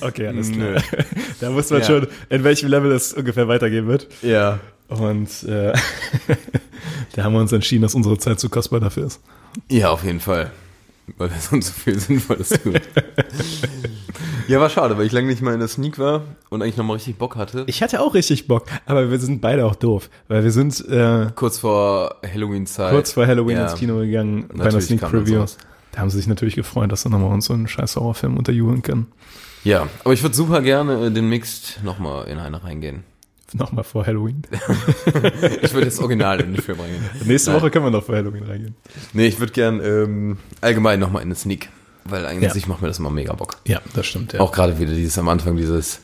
S1: Okay, alles klar.
S6: Nö.
S1: Da wusste man
S6: Ja.
S1: schon, in welchem Level es ungefähr weitergehen wird.
S6: Ja.
S1: Und äh, da haben wir uns entschieden, dass unsere Zeit zu kostbar dafür ist.
S6: Ja, auf jeden Fall. Weil wir sonst so viel Sinnvolles tun. ja, war schade, weil ich lange nicht mal in der Sneak war und eigentlich nochmal richtig Bock hatte.
S1: Ich hatte auch richtig Bock, aber wir sind beide auch doof, weil wir sind äh,
S6: kurz vor Halloween-Zeit.
S1: kurz vor Halloween
S6: ja.
S1: ins Kino gegangen bei einer
S6: Natürlich
S1: Sneak
S6: kam dann
S1: Preview.
S6: sowas.
S1: Da haben sie sich natürlich gefreut, dass sie nochmal uns so einen scheiß Horrorfilm unterjubeln können.
S6: Ja, aber ich würde super gerne äh, den Mixed nochmal in eine reingehen.
S1: Nochmal vor Halloween.
S6: Ich würde jetzt original in den Film reingehen.
S1: Nächste
S6: Nein.
S1: Woche können wir noch vor Halloween reingehen.
S6: Nee, ich würde gern ähm, allgemein nochmal in eine Sneak. Weil eigentlich
S1: Ja.
S6: macht mir das immer mega Bock.
S1: Ja, das stimmt, ja.
S6: Auch gerade wieder dieses am Anfang dieses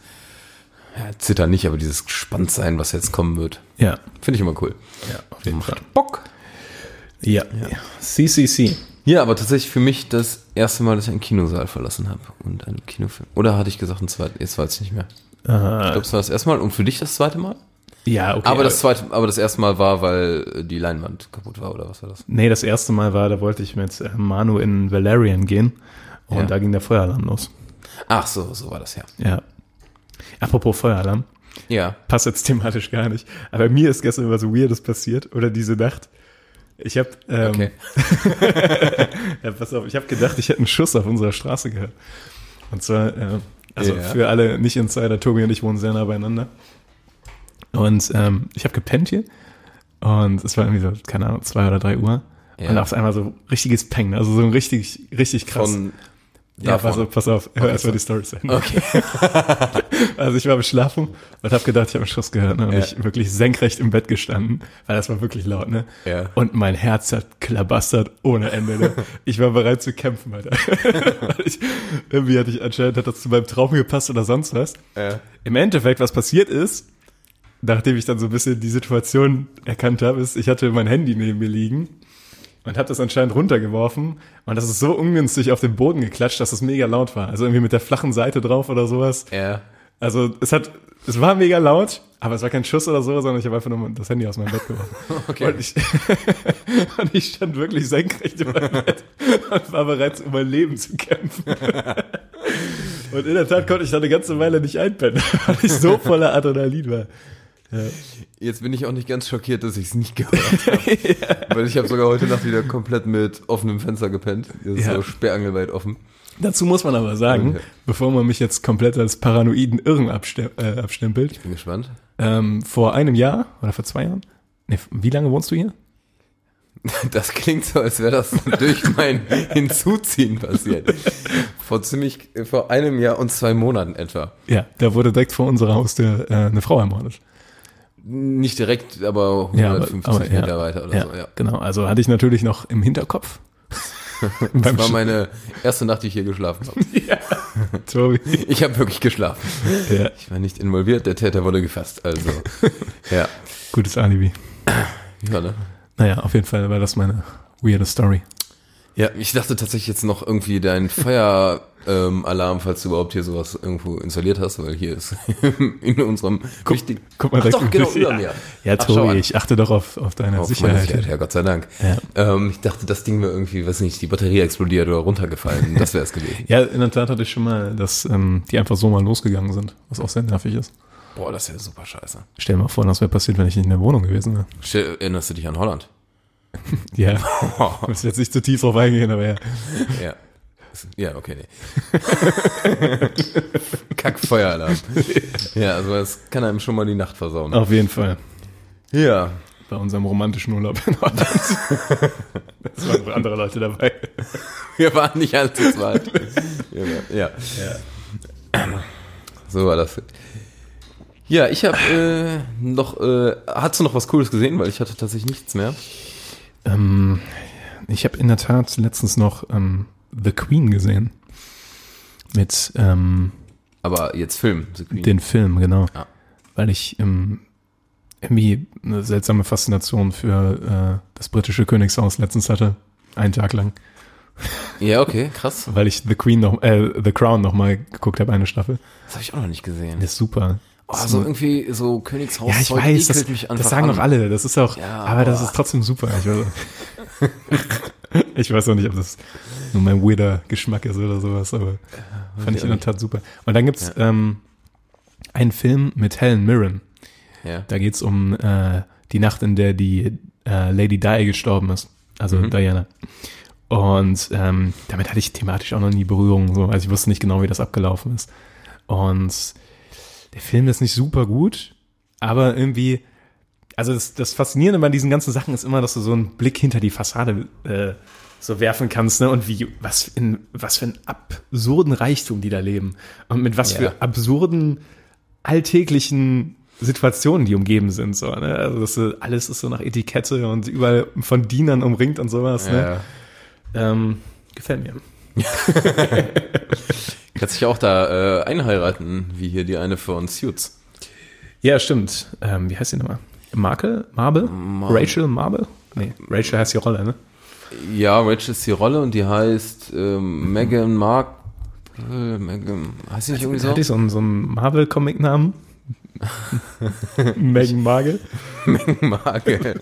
S6: ja, Zittern nicht, aber dieses Gespanntsein, was jetzt kommen wird.
S1: Ja,
S6: Finde ich immer cool.
S1: ja auf jeden Fall.
S6: Bock.
S1: Ja. CCC.
S6: Ja, aber tatsächlich für mich das erste Mal, dass ich einen Kinosaal verlassen habe und einen Kinofilm. Oder hatte ich gesagt, ein zweites, jetzt weiß ich nicht mehr. Ich glaube, es war das erste Mal und für dich das zweite Mal?
S1: Ja, okay. äh,
S6: aber das zweite, aber das erste Mal war, weil äh, die Leinwand kaputt war oder was war das?
S1: Nee, das erste Mal war, da wollte ich mit äh, Manu in Valerian gehen und
S6: Ja.
S1: da ging der Feueralarm los.
S6: Ach so, so war das ja.
S1: Ja. Apropos Feueralarm.
S6: Ja.
S1: passt jetzt thematisch gar nicht. Aber mir ist gestern was Weirdes passiert oder diese Nacht. Ich habe, ähm,
S6: Okay.
S1: ja, pass auf, ich habe gedacht, ich hätte einen Schuss auf unserer Straße gehört. Und zwar, äh, also
S6: Ja.
S1: für alle Nicht-Insider, Tobi und ich wohnen sehr nah beieinander. Und ähm, ich habe gepennt hier und es war irgendwie so, keine Ahnung, zwei oder drei Uhr.
S6: Ja.
S1: Und auf einmal so richtiges Peng, also so ein richtig, richtig krass.
S6: Von
S1: Ja, pass
S6: davon.
S1: auf, pass auf. Hör erstmal die Story zu Ende. Okay. also ich war beschlafen und habe gedacht, ich habe einen Schuss gehört ne? und
S6: Ja.
S1: ich wirklich senkrecht im Bett gestanden, weil das war wirklich laut, ne?
S6: Ja.
S1: Und mein Herz hat klabastert ohne Ende. Ne? ich war bereit zu kämpfen, Alter. Weil ich, irgendwie hatte ich anscheinend hat das zu meinem Traum gepasst oder sonst was.
S6: Ja.
S1: Im Endeffekt, was passiert ist, nachdem ich dann so ein bisschen die Situation erkannt habe, ist, ich hatte mein Handy neben mir liegen und habe das anscheinend runtergeworfen und das ist so ungünstig auf den Boden geklatscht, dass es mega laut war. Also irgendwie mit der flachen Seite drauf oder sowas.
S6: Ja.
S1: Also es hat, es war mega laut, aber es war kein Schuss oder so, sondern ich habe einfach nur das Handy aus meinem Bett geworfen.
S6: Okay.
S1: Und ich, und ich stand wirklich senkrecht in meinem Bett und war bereit, um mein Leben zu kämpfen. Und in der Tat konnte ich da eine ganze Weile nicht einpennen, weil ich so voller Adrenalin war.
S6: Jetzt bin ich auch nicht ganz schockiert, dass ich es nicht gehört habe. Weil ich habe sogar heute Nacht wieder komplett mit offenem Fenster gepennt. Das ist
S1: Ja.
S6: so sperrangelweit offen.
S1: Dazu muss man aber sagen,
S6: Okay.
S1: bevor man mich jetzt komplett als paranoiden Irren abstem äh, abstempelt,
S6: Bin gespannt.
S1: ähm, vor einem Jahr oder vor zwei Jahren, nee, wie lange wohnst du hier?
S6: Das klingt so, als wäre das durch mein Hinzuziehen passiert. Vor ziemlich, vor einem Jahr und zwei Monaten etwa.
S1: Ja, da wurde direkt vor unserer Haustür äh, eine Frau ermordet.
S6: Nicht direkt, aber
S1: Ja,
S6: 150
S1: aber- aber, ja.
S6: Meter weiter oder
S1: ja,
S6: so, ja.
S1: Genau, also hatte ich natürlich noch im Hinterkopf. Beim
S6: Das war
S1: Sch-
S6: meine erste Nacht, die ich hier geschlafen habe.
S1: Tobi.
S6: Ich habe wirklich geschlafen.
S1: Ja,
S6: Ich war nicht involviert, der Täter wurde gefasst, also. Ja.
S1: gutes Alibi.
S6: Ja, ne?
S1: Naja, auf jeden Fall war das meine weirde Story.
S6: Ja, ich dachte tatsächlich jetzt noch irgendwie dein Feueralarm, ähm, Alarm, falls du überhaupt hier sowas irgendwo installiert hast, weil hier ist in unserem wichtigen.
S1: Guck mal,
S6: Ach doch, genau, über
S1: ja.
S6: mir.
S1: Ja,
S6: Ach, schau an.
S1: Tobi, ich achte doch auf, auf deine
S6: Auf meine
S1: Sicherheit.
S6: Sicherheit, ja, Gott sei Dank. Ähm, ich dachte, das Ding wäre irgendwie, weiß nicht, die Batterie explodiert oder runtergefallen. Das wäre es gewesen.
S1: Ja, in der Tat hatte ich schon mal, dass ähm, die einfach so mal losgegangen sind, was auch sehr nervig ist.
S6: Boah, das wäre super scheiße.
S1: Stell dir mal vor, das wäre passiert, wenn ich nicht in der Wohnung gewesen wäre.
S6: Stell- Erinnerst du dich an Holland?
S1: Ja, ich muss jetzt nicht zu tief drauf eingehen, aber ja.
S6: Ja. Ja, okay, nee. Kackfeueralarm. Ja, also das kann einem schon mal die Nacht versauen.
S1: Auf jeden Fall.
S6: Ja.
S1: Bei unserem romantischen Urlaub in Holland. Es waren noch andere Leute dabei.
S6: Wir waren nicht alle zu zweit. ja. ja. So war das. Ja, ich habe äh, noch, äh, hast du noch was Cooles gesehen? Weil ich hatte tatsächlich nichts mehr.
S1: Ähm, ich habe in der Tat letztens noch ähm, The Queen gesehen. Mit ähm,
S6: Aber jetzt Film. The Queen.
S1: den Film, genau.
S6: Ja.
S1: Weil ich ähm, irgendwie eine seltsame Faszination für äh, das britische Königshaus letztens hatte. Einen Tag lang.
S6: Ja, okay, krass.
S1: Weil ich The Queen noch, äh, The Crown nochmal geguckt habe, eine Staffel.
S6: Das habe ich auch noch nicht gesehen.
S1: Das ist super.
S6: Oh,
S1: Das ist
S6: so
S1: eine-
S6: irgendwie so Königshaus.
S1: ja, ich weiß, das, das sagen
S6: an.
S1: doch alle. Das ist auch,
S6: Ja,
S1: aber das
S6: boah.
S1: ist trotzdem super. Ich weiß, ich weiß auch nicht, ob das nur mein weirder Geschmack ist oder sowas, aber fand ich in der Tat super. Und dann gibt's ähm, einen Film mit Helen Mirren.
S6: Ja.
S1: Da geht's um äh, die Nacht, in der die äh, Lady Di gestorben ist, also Diana. Und ähm, damit hatte ich thematisch auch noch nie Berührung. So. Also ich wusste nicht genau, wie das abgelaufen ist. Und der Film ist nicht super gut, aber irgendwie, also das, das Faszinierende bei diesen ganzen Sachen ist immer, dass du so einen Blick hinter die Fassade äh, so werfen kannst, ne? Und wie, was in, was für einen absurden Reichtum die da leben. Und mit was
S6: Ja.
S1: für absurden alltäglichen Situationen, die umgeben sind, so, ne? Also das, ist- alles ist so nach Etikette und überall von Dienern umringt und sowas, ne?
S6: Ja.
S1: Ähm, gefällt mir.
S6: Kannst dich auch da äh, einheiraten, wie hier die eine von Suits.
S1: Ja, stimmt. Ähm, wie heißt sie nochmal? Markel? Marble? Rachel Marble? Nee, Rachel heißt die Rolle, ne?
S6: Ja, Rachel ist die Rolle und die heißt ähm, Megan Mark. Äh, Megan, heißt sie nicht irgendwie so?
S1: Hat Also, die so einen, so einen Marvel-Comic-Namen? Megan Margel?
S6: Marke.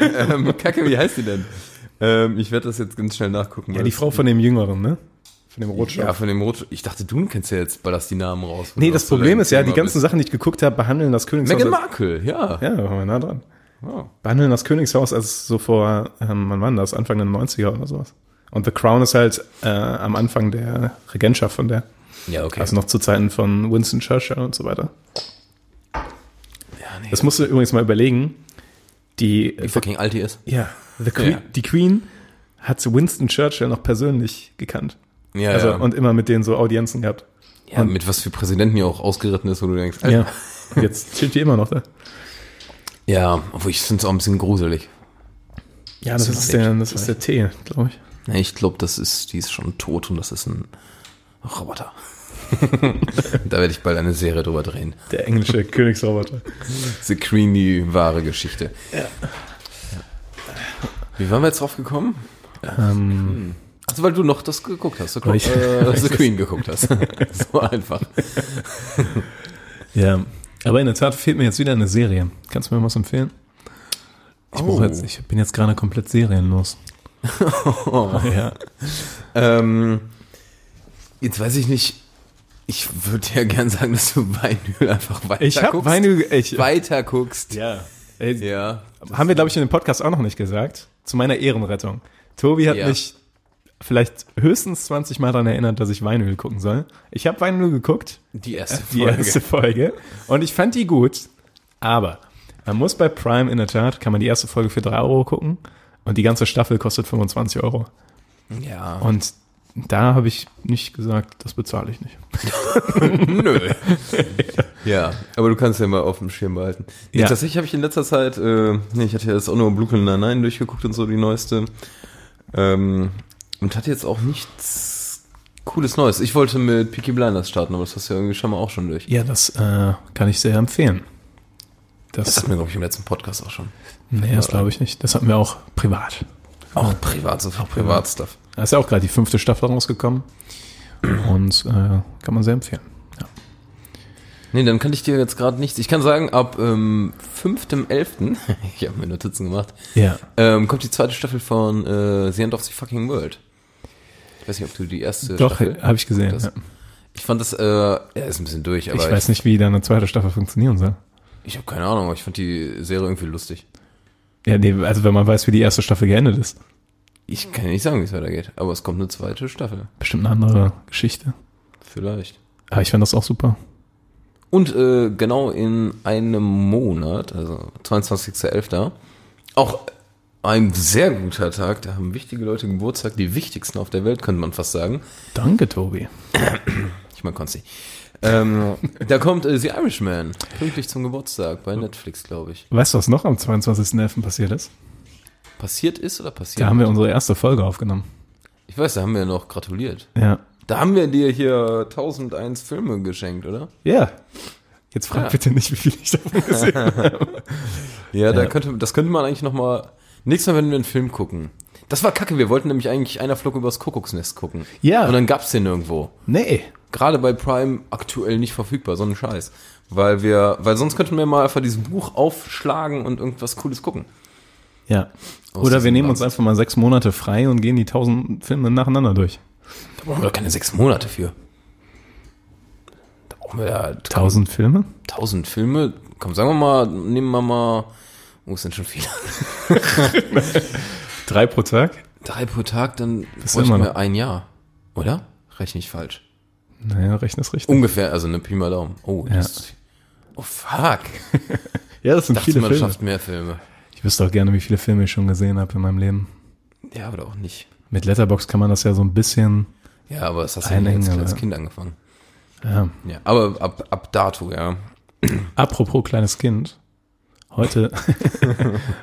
S6: ähm, Kacke, wie heißt die denn? Ähm, ich werde das jetzt ganz schnell nachgucken.
S1: Ja,
S6: weil
S1: die
S6: das-
S1: Frau von dem Jüngeren, ne? Von dem Rotschopf.
S6: Ja, von dem Rot. Ich dachte, du kennst ja jetzt ballerst die Namen raus.
S1: nee, das Problem ist ja, die ganzen
S6: Sachen.
S1: Sachen, die ich geguckt habe, behandeln das Königshaus.
S6: Meghan
S1: als-
S6: Markle, ja.
S1: Ja, da waren wir nah dran.
S6: Wow.
S1: Behandeln das Königshaus als so vor, ähm, wann war denn das? Anfang der 90er oder sowas. Und The Crown ist halt äh, am Anfang der Regentschaft von der.
S6: Ja, okay.
S1: Also noch zu Zeiten von Winston Churchill und so weiter.
S6: ja, nee,
S1: Das musst du übrigens mal überlegen. Die,
S6: die fucking alt die ist.
S1: ja, the Queen,
S6: Ja.
S1: die Queen hat Winston Churchill noch persönlich gekannt.
S6: Ja,
S1: also,
S6: ja.
S1: und immer mit denen so Audienzen gehabt.
S6: ja, mit was für Präsidenten hier auch ausgeritten ist, wo du denkst, Alter.
S1: Ja. Und jetzt chillt die immer noch da.
S6: Ja, obwohl ich finde es auch ein bisschen gruselig.
S1: Ja, das,
S6: ist
S1: ist, der, das ist der Tee, glaube ich.
S6: Ja, Ich glaube, das ist, die ist schon tot und das ist ein Roboter. da werde ich bald eine Serie drüber drehen.
S1: Der englische Königsroboter.
S6: The Queen, die wahre Geschichte. Ja. Wie waren wir jetzt drauf gekommen?
S1: Ähm,
S6: Also weil du noch das geguckt hast, The Queen,
S1: Weil ich-
S6: äh, The Queen geguckt hast. so einfach.
S1: ja. Aber in der Tat fehlt mir jetzt wieder eine Serie. Kannst du mir was empfehlen? Ich,
S6: Oh.
S1: brauche jetzt, ich bin jetzt gerade komplett serienlos.
S6: Oh.
S1: Ja.
S6: Ähm, jetzt weiß ich nicht, ich würde ja gern sagen, dass du Weinöl einfach weiter
S1: Ich habe
S6: guckst.
S1: meine. Ich,
S6: weiter guckst.
S1: ja. Ey,
S6: Ja.
S1: Haben wir, glaube ich, in dem Podcast auch noch nicht gesagt. Zu meiner Ehrenrettung. Tobi hat
S6: Ja.
S1: mich vielleicht höchstens 20 Mal daran erinnert, dass ich Weinöl gucken soll. Ich habe Weinöl geguckt,
S6: Die erste
S1: die
S6: Folge.
S1: erste Folge, und ich fand die gut. Aber man muss bei Prime in der Tat, kann man die erste Folge für 3 Euro gucken und die ganze Staffel kostet 25 Euro.
S6: Ja.
S1: Und da habe ich nicht gesagt, das bezahle ich nicht.
S6: Nö. ja, aber du kannst ja mal auf dem Schirm behalten. Nee,
S1: Ja.
S6: Tatsächlich habe ich in letzter Zeit, äh, nee, ich hatte ja jetzt auch nur Blue Clan 99 durchgeguckt und so, die neueste. Ähm, und hatte jetzt auch nichts Cooles Neues. Ich wollte mit Peaky Blinders starten, aber das hast du ja irgendwie schon mal auch schon durch.
S1: Ja, das äh, kann ich sehr empfehlen. Das,
S6: Das hatten wir, glaube ich, im letzten Podcast auch schon.
S1: nee, das glaube ich nicht. Das hatten wir auch privat.
S6: Auch privat, so viel Privatstuff.
S1: Da ist ja auch gerade die fünfte Staffel rausgekommen. Und äh, kann man sehr empfehlen.
S6: Nee, dann kann ich dir jetzt gerade nichts. Ich kann sagen, ab ähm, 5.11., ich habe mir Notizen gemacht,
S1: Ja.
S6: ähm, kommt die zweite Staffel von äh, The End of the Fucking World. Ich weiß nicht, ob du die erste
S1: Doch,
S6: Staffel...
S1: habe ich gesehen.
S6: Das-
S1: Ja.
S6: Ich fand das, äh, er ist ein bisschen durch, aber
S1: Ich weiß nicht, wie da eine zweite Staffel funktionieren soll.
S6: ich, ich habe keine Ahnung, aber ich fand die Serie irgendwie lustig.
S1: Ja, nee, also wenn man weiß, wie die erste Staffel geendet ist.
S6: Ich kann dir nicht sagen, wie es weitergeht, aber es kommt eine zweite Staffel.
S1: Bestimmt eine andere Geschichte.
S6: Vielleicht.
S1: Aber ich fand das auch super.
S6: Und äh, genau in einem Monat, also 22.11., auch ein sehr guter Tag, da haben wichtige Leute Geburtstag, die wichtigsten auf der Welt, könnte man fast sagen.
S1: Danke, Tobi.
S6: Ich meine Konsti. Ähm, da kommt äh, The Irishman, pünktlich zum Geburtstag, bei Netflix, glaube ich.
S1: Weißt du, was noch am 22.11. passiert ist?
S6: Passiert ist oder passiert?
S1: Da haben wir unsere erste Folge aufgenommen.
S6: ich weiß, da haben wir noch gratuliert.
S1: Ja.
S6: Da haben wir dir hier 1001 Filme geschenkt, oder?
S1: Ja. Jetzt frag
S6: Ja.
S1: bitte nicht, wie viel ich davon gesehen habe.
S6: Ja, Da könnte, das könnte man eigentlich nochmal. Nächstes Mal, wenn wir einen Film gucken. Das war kacke, wir wollten nämlich eigentlich einer flog übers Kuckucksnest gucken.
S1: Ja.
S6: Und dann gab's den irgendwo.
S1: Nee.
S6: Gerade bei Prime aktuell nicht verfügbar, so ein Scheiß. Weil wir, weil sonst könnten wir mal einfach dieses Buch aufschlagen und irgendwas Cooles gucken.
S1: Ja.
S6: Aus
S1: Oder wir
S6: diesem
S1: nehmen uns
S6: Land.
S1: einfach mal sechs Monate frei und gehen die tausend Filme nacheinander durch.
S6: Da brauchen wir doch keine sechs Monate für. Da brauchen wir ja
S1: Tausend Filme?
S6: tausend Filme. Komm, sagen wir mal, nehmen wir mal. Oh, es sind schon viele.
S1: Drei pro Tag?
S6: Drei pro Tag, dann
S1: ist
S6: bräuchten
S1: immer ne?
S6: wir
S1: noch-
S6: ein Jahr. Oder? Rechne ich falsch.
S1: Naja, rechnen ist richtig.
S6: Ungefähr, also eine Pi mal Daumen. Oh,
S1: Ja.
S6: das, oh fuck.
S1: ja, das sind
S6: Dachte
S1: viele
S6: man
S1: Filme.
S6: schafft mehr Filme.
S1: Ich wüsste auch gerne, wie viele Filme ich schon gesehen habe in meinem Leben.
S6: Ja, oder auch nicht.
S1: Mit Letterbox kann man das ja so ein bisschen.
S6: Ja, aber das hast du ja nicht
S1: Einhängen,
S6: als kleines
S1: aber-
S6: Kind angefangen.
S1: Ja.
S6: Ja, aber ab, ab dato, ja.
S1: Apropos kleines Kind. Heute,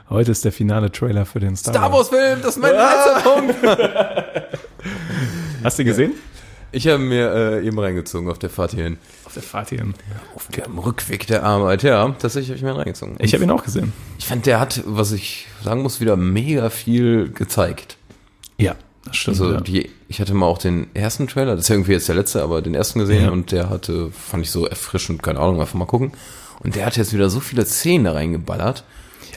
S1: heute ist der finale Trailer für den Star,
S6: Star
S1: Wars.
S6: Wars Film, das ist mein letzter Punkt.
S1: Hast du gesehen?
S6: Ich habe mir äh, eben reingezogen auf der Fahrt hierhin.
S1: Auf der Fahrt hierhin.
S6: Auf dem Rückweg der Arbeit, ja. Tatsächlich habe ich mir einen reingezogen.
S1: Ich habe ihn auch gesehen.
S6: Ich fand, der hat, was ich sagen muss, wieder mega viel gezeigt.
S1: Ja, das stimmt.
S6: Also
S1: ja.
S6: die, ich hatte mal auch den ersten Trailer, das ist ja irgendwie jetzt der letzte, aber den ersten gesehen
S1: Ja.
S6: und der hatte, fand ich so erfrischend, keine Ahnung, einfach mal gucken. Und der hat jetzt wieder so viele Szenen da reingeballert.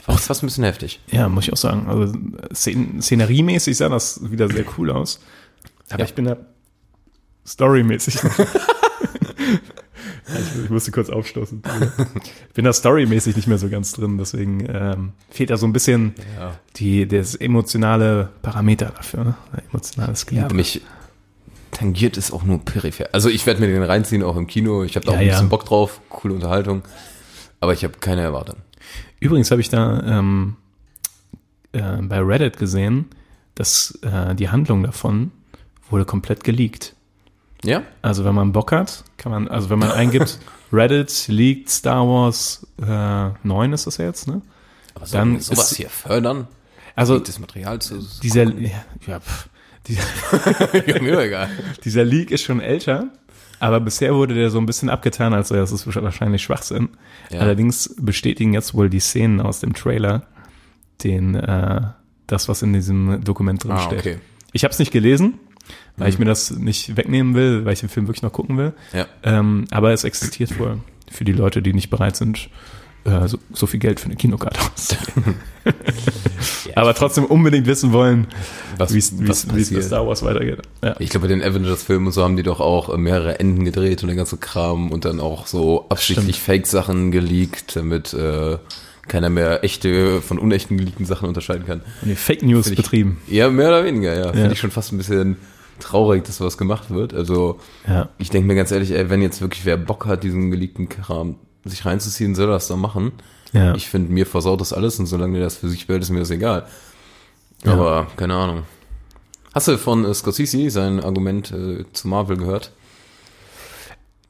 S6: Auch fast ein bisschen heftig.
S1: Ja, muss ich auch sagen. Also Szen szeneriemäßig sah das wieder sehr cool aus. Aber
S6: Ja.
S1: ich bin da storymäßig. ich, ich musste kurz aufstoßen. Ich bin da storymäßig nicht mehr so ganz drin, deswegen ähm, fehlt da so ein bisschen die, das emotionale Parameter dafür. Ne? Emotionales Glied.
S6: Aber mich tangiert es auch nur peripher. Also ich werde mir den reinziehen, auch im Kino. Ich habe da auch
S1: Ja,
S6: ein
S1: ja.
S6: bisschen Bock drauf, coole Unterhaltung. Aber ich habe keine Erwartung.
S1: Übrigens habe ich da ähm, äh, bei Reddit gesehen, dass äh, die Handlung davon wurde komplett geleakt.
S6: Ja?
S1: Also wenn man Bock hat, kann man, also wenn man eingibt, Reddit liegt Star Wars äh, 9 ist das ja jetzt, ne?
S6: Aber so,
S1: Dann
S6: sowas
S1: ist-
S6: hier fördern,
S1: Also
S6: liegt das Material zu.
S1: dieser, ja, ja, pff, dieser,
S6: ja, mir doch egal.
S1: dieser Leak ist schon älter, aber bisher wurde der so ein bisschen abgetan, also das ist wahrscheinlich Schwachsinn.
S6: Ja.
S1: Allerdings bestätigen jetzt wohl die Szenen aus dem Trailer den, äh, das, was in diesem Dokument drin
S6: Ah,
S1: steht.
S6: okay.
S1: Ich habe es nicht gelesen, weil ich mir das nicht wegnehmen will, weil ich den Film wirklich noch gucken will.
S6: Mhm. Ja.
S1: Ähm, aber es existiert wohl für die Leute, die nicht bereit sind, äh, so, so viel Geld für eine Kinokarte auszugeben. aber trotzdem unbedingt wissen wollen,
S6: Was,
S1: wie es- wie
S6: was
S1: es wie es mit
S6: passiert?
S1: Star Wars weitergeht. Ja.
S6: Ich glaube, bei den Avengers-Filmen und so haben die doch auch äh, mehrere Enden gedreht und der ganze Kram und dann auch so absichtlich Fake-Sachen geleakt, damit äh, keiner mehr echte von unechten geleakten Sachen unterscheiden kann.
S1: Und die Fake News
S6: Find ich-
S1: betrieben.
S6: Ja, mehr oder weniger, ja. Finde
S1: Ja.
S6: ich schon fast ein bisschen traurig, dass sowas gemacht wird. Also
S1: Ja.
S6: ich denke mir ganz ehrlich, ey, wenn jetzt wirklich wer Bock hat, diesen geleakten Kram sich reinzuziehen, soll er das dann machen.
S1: Ja.
S6: Ich finde, mir versaut das alles und solange der das für sich behält, ist mir das egal.
S1: Ja.
S6: Aber keine Ahnung. Hast du von äh, Scorsese sein Argument äh, zu Marvel gehört?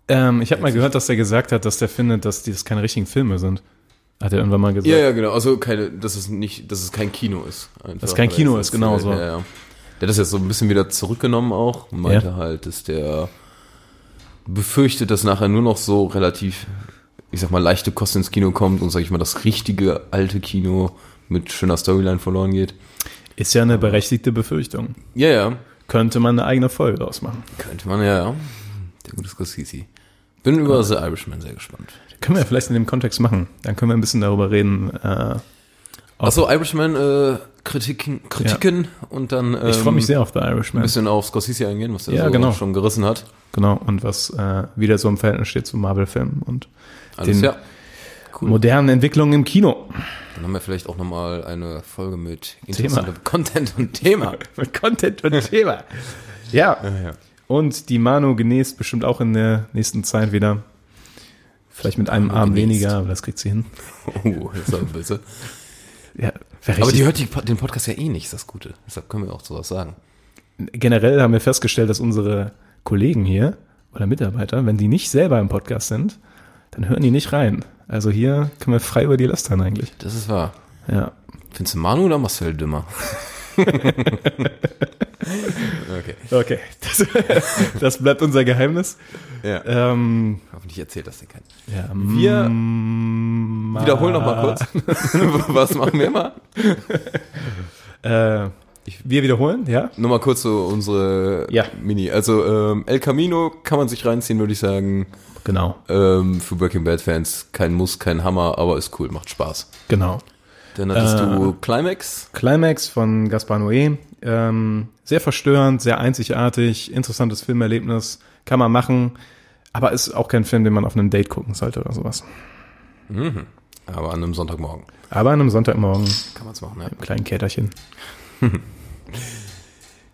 S1: Ähm, ich habe mal gehört, dass er gesagt hat, dass der findet, dass die das keine richtigen Filme sind. Hat er irgendwann mal gesagt.
S6: Ja, ja, genau. Also keine, dass es nicht, dass es kein Kino ist. Einfach,
S1: Dass kein
S6: Weil
S1: Kino
S6: das
S1: ist, genau so.
S6: Ja, ja. Der hat das jetzt so ein bisschen wieder zurückgenommen auch und meinte
S1: Ja.
S6: halt, dass der befürchtet, dass nachher nur noch so relativ, ich sag mal, leichte Kost ins Kino kommt und sag ich mal, das richtige alte Kino mit schöner Storyline verloren geht.
S1: Ist ja eine berechtigte Befürchtung.
S6: Ja, ja.
S1: Könnte man eine eigene Folge draus machen.
S6: Könnte man, ja, ja. Der gute Scorsese. Bin über The Irishman sehr gespannt.
S1: Können wir vielleicht in dem Kontext machen. Dann können wir ein bisschen darüber reden. Äh,
S6: Achso, Irishman, äh, Kritiken, Kritiken und dann ähm,
S1: ich freue mich sehr auf The Irishman.
S6: ein bisschen auf Scorsese eingehen, was der
S1: Ja,
S6: so
S1: genau.
S6: schon gerissen hat.
S1: Genau. Und was äh, wieder so im Verhältnis steht zu Marvel-Filmen und
S6: Alles
S1: den
S6: ja. Cool.
S1: modernen Entwicklungen im Kino.
S6: Dann haben wir vielleicht auch nochmal eine Folge mit
S1: Thema.
S6: interessantem Content und Thema.
S1: Mit Content und Thema. ja. Und die Manu genießt bestimmt auch in der nächsten Zeit wieder. Vielleicht mit einem
S6: Manu
S1: Arm
S6: genießt.
S1: weniger, aber das kriegt sie hin.
S6: Oh, das ist aber böse.
S1: Ja, wäre
S6: Aber die
S1: richtig-
S6: hört die, Pod- den Podcast ja eh nicht, ist das Gute. Deshalb können wir auch sowas sagen.
S1: generell haben wir festgestellt, dass unsere Kollegen hier oder Mitarbeiter, wenn die nicht selber im Podcast sind, dann hören die nicht rein. Also hier können wir frei über die lästern eigentlich.
S6: Das ist wahr.
S1: Ja.
S6: Findest du Manu oder Marcel dümmer? okay.
S1: Okay, das, das bleibt unser Geheimnis.
S6: Ja.
S1: Ähm,
S6: Hoffentlich erzählt das dir keiner.
S1: ja, mm,
S6: Wir- Wiederhol
S1: Ah.
S6: nochmal kurz. Was machen wir immer?
S1: Äh, wir wiederholen, ja?
S6: Nochmal kurz so unsere
S1: Ja.
S6: Mini. Also ähm, El Camino kann man sich reinziehen, würde ich sagen.
S1: Genau,
S6: Ähm, für Breaking Bad Fans kein Muss, kein Hammer, aber ist cool, macht Spaß.
S1: genau.
S6: Dann hattest
S1: Äh.
S6: du Climax.
S1: Climax von Gaspar Noé. Ähm, sehr verstörend, sehr einzigartig, interessantes Filmerlebnis. Kann man machen, aber ist auch kein Film, den man auf einem Date gucken sollte oder sowas.
S6: Aber an einem Sonntagmorgen
S1: Aber an einem Sonntagmorgen,
S6: kann man es machen, ja.
S1: im kleinen Käterchen.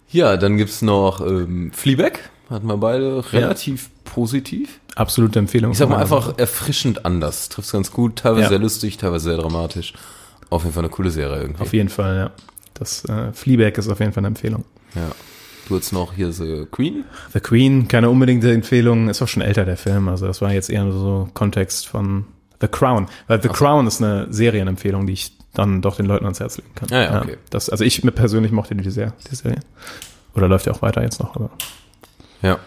S6: Ja, dann gibt's noch ähm, Fleabag. Hatten wir beide relativ positiv.
S1: Absolute Empfehlung.
S6: Ich sag mal einfach erfrischend anders. Trifft's ganz gut. Teilweise
S1: Ja.
S6: sehr lustig, teilweise sehr dramatisch. Auf jeden Fall eine coole Serie irgendwie.
S1: Auf jeden Fall, ja. Das äh, Fleabag ist auf jeden Fall eine Empfehlung.
S6: Ja. Du hast noch hier The Queen.
S1: The Queen, keine unbedingte Empfehlung. Ist auch schon älter, der Film. Also das war jetzt eher so Kontext von The Crown. Weil The Crown ist eine Serienempfehlung, die ich dann doch den Leuten ans Herz legen kann.
S6: Ah ja, okay.
S1: das, also ich mir persönlich mochte die sehr, die Serie. Oder läuft ja auch weiter jetzt noch. Aber
S6: Ja.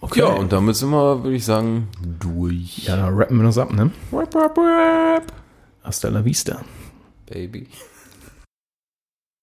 S1: okay.
S6: Ja, und damit sind wir, würde ich sagen, durch.
S1: ja, dann rappen wir uns ab, ne? Rap, rap, rap. Hasta la vista.
S6: Baby.